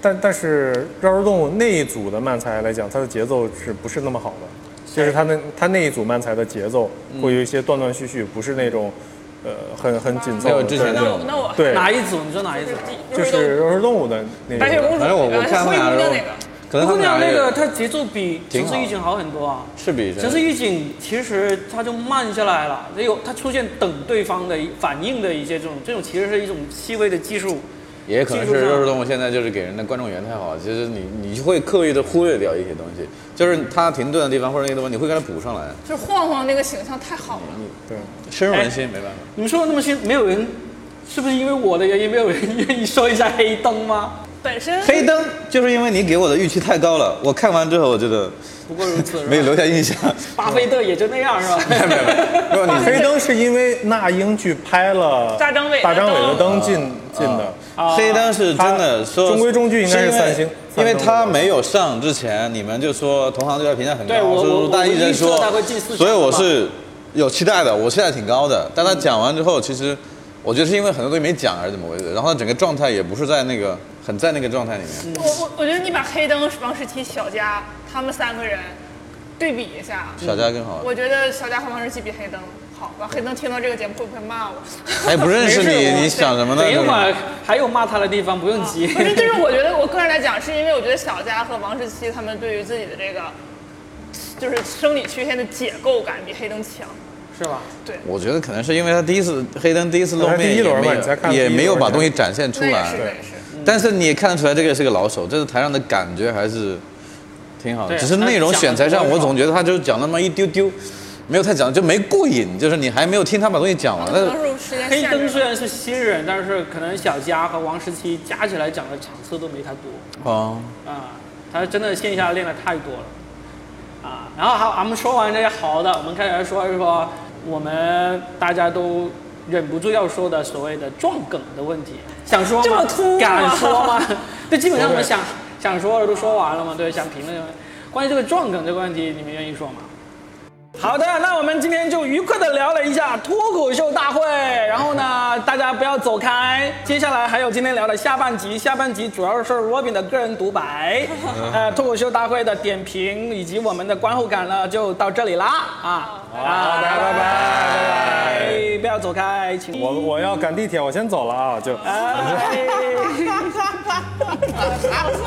Speaker 4: 但但是肉食动物那一组的慢才来讲，它的节奏是不是那么好的？就是他那他那一组慢才的节奏会有一些断断续续，不是那种呃很很紧凑
Speaker 2: 没有
Speaker 4: 的。
Speaker 2: 之前
Speaker 4: 对
Speaker 2: 那
Speaker 3: 那
Speaker 2: 种
Speaker 3: 我那我
Speaker 4: 对，
Speaker 1: 哪一组？你说哪一组？
Speaker 4: 就是柔氏动物的那
Speaker 3: 白雪
Speaker 4: 种。
Speaker 3: 公主，
Speaker 2: 反正哎我我看啊他
Speaker 3: 哎
Speaker 2: 们
Speaker 3: 灰
Speaker 2: 俩
Speaker 3: 姑娘
Speaker 2: 都
Speaker 3: 那个，
Speaker 2: 可能
Speaker 1: 灰
Speaker 2: 他
Speaker 1: 姑
Speaker 2: 们俩
Speaker 1: 娘那个，
Speaker 2: 也
Speaker 1: 它节奏比《城
Speaker 2: 挺
Speaker 1: 市
Speaker 2: 好
Speaker 1: 预警》好很多啊。
Speaker 2: 是比
Speaker 1: 城市预警其实它就慢下来了，也有它出现等对方的反应的一些这种，这种其实是一种细微的技术。
Speaker 2: 也可能
Speaker 1: 技
Speaker 2: 是
Speaker 1: 术上
Speaker 2: 肉食动物现在就是给人的观众缘太好，其实你你会刻意的忽略掉一些东西，就是它停顿的地方或者那个地方，你会给它补上来，
Speaker 3: 就是晃晃那个形象太好了。
Speaker 4: 对，
Speaker 2: 深入人
Speaker 1: 哎
Speaker 2: 心，没办法。
Speaker 1: 你们说的那么些，没有人，是不是因为我的原因，没有人愿意说一下黑灯吗？
Speaker 3: 本身
Speaker 2: 黑灯就是因为你给我的预期太高了，我看完之后我觉得
Speaker 1: 不过如此，是吧
Speaker 2: 没有留下印象。
Speaker 1: 巴菲特也就那样，是吧？
Speaker 2: 没 有，没有，你
Speaker 4: 黑灯是因为那英去拍了
Speaker 3: 大张伟的
Speaker 4: 大张伟的灯
Speaker 2: 灯
Speaker 4: 进进的。
Speaker 1: 啊
Speaker 2: 黑灯是真的说
Speaker 4: 中规中矩应该是
Speaker 2: 因为
Speaker 4: 三星
Speaker 2: 因为
Speaker 4: 三星
Speaker 2: 它
Speaker 4: 的
Speaker 2: 没有上之前，你们就说同行对它评价很
Speaker 1: 对我
Speaker 2: 高，
Speaker 1: 我
Speaker 2: 说大家一直在
Speaker 1: 我
Speaker 2: 说
Speaker 1: 预测它会进四强，
Speaker 2: 所以我是有期待的，我期待挺高的。但他
Speaker 4: 嗯
Speaker 2: 讲完之后，其实我觉得是因为很多东西没讲还是怎么回事，然后他整个状态也不是在那个很在那个状态里
Speaker 4: 嗯
Speaker 2: 面。
Speaker 3: 我我我觉得你把黑灯、王石琪、小佳他们三个人对比一下，
Speaker 4: 嗯
Speaker 2: 小佳更好，
Speaker 3: 我觉得小佳和王石琪比黑灯好吧。黑灯听到这个节目会不会骂我？
Speaker 2: 他也不认识
Speaker 1: 没事我
Speaker 2: 你，你想什么呢？
Speaker 1: 等一
Speaker 2: 就
Speaker 1: 会
Speaker 2: 是
Speaker 1: 儿还有骂他的地方，不用急。
Speaker 3: 不是，就是我觉得我个人来讲，是因为我觉得小佳和王石琪他们对于自己的这个就是生理曲线的解构感比黑灯强。
Speaker 1: 是吧？
Speaker 2: 我觉得可能是因为他第一次黑灯第一次露
Speaker 4: 可能
Speaker 2: 面，
Speaker 4: 第一
Speaker 2: 也
Speaker 4: 轮吧
Speaker 2: 没
Speaker 4: 你才看
Speaker 2: 有
Speaker 4: 第一
Speaker 2: 也
Speaker 4: 轮
Speaker 2: 没有把东西展现出
Speaker 3: 那也
Speaker 2: 来
Speaker 3: 是，。那也是。
Speaker 2: 但是你也看得出来，这个是个老手，这是台上的感觉还是挺好的。
Speaker 1: 对
Speaker 2: 只是内容选材上，
Speaker 1: 他讲得多
Speaker 2: 我总觉得他就讲那么一丢丢，没有太讲，就没过瘾，就是你还没有听他把东西讲完。
Speaker 3: 可
Speaker 2: 但是
Speaker 3: 能是时间
Speaker 1: 黑
Speaker 3: 限
Speaker 1: 灯
Speaker 3: 制
Speaker 1: 虽。然是新人，但是可能小佳和王十七加起来讲的场次都没他多
Speaker 2: 哦，
Speaker 1: 啊，他真的线下练的太多了啊。然后好，我们说完这些好的，我们开始来说一说我们大家都忍不住要说的所谓的撞梗的问题，想说吗？
Speaker 3: 这么突兀吗
Speaker 1: 敢说吗？这基本上我们想想说的都说完了嘛，对，想评论的。关于这个撞梗这个问题，你们愿意说吗？好的，那我们今天就愉快的聊了一下脱口秀大会，然后呢，大家不要走开，接下来还有今天聊的下半集，下半集主要是 Robin 的个人独白，呃，脱口秀大会的点评以及我们的观后感呢，就到这里啦啊，好
Speaker 4: 好的拜拜拜
Speaker 1: 拜，不要走开，请
Speaker 4: 我我要赶地铁，我先走了啊，就。
Speaker 1: 哎。
Speaker 3: 啊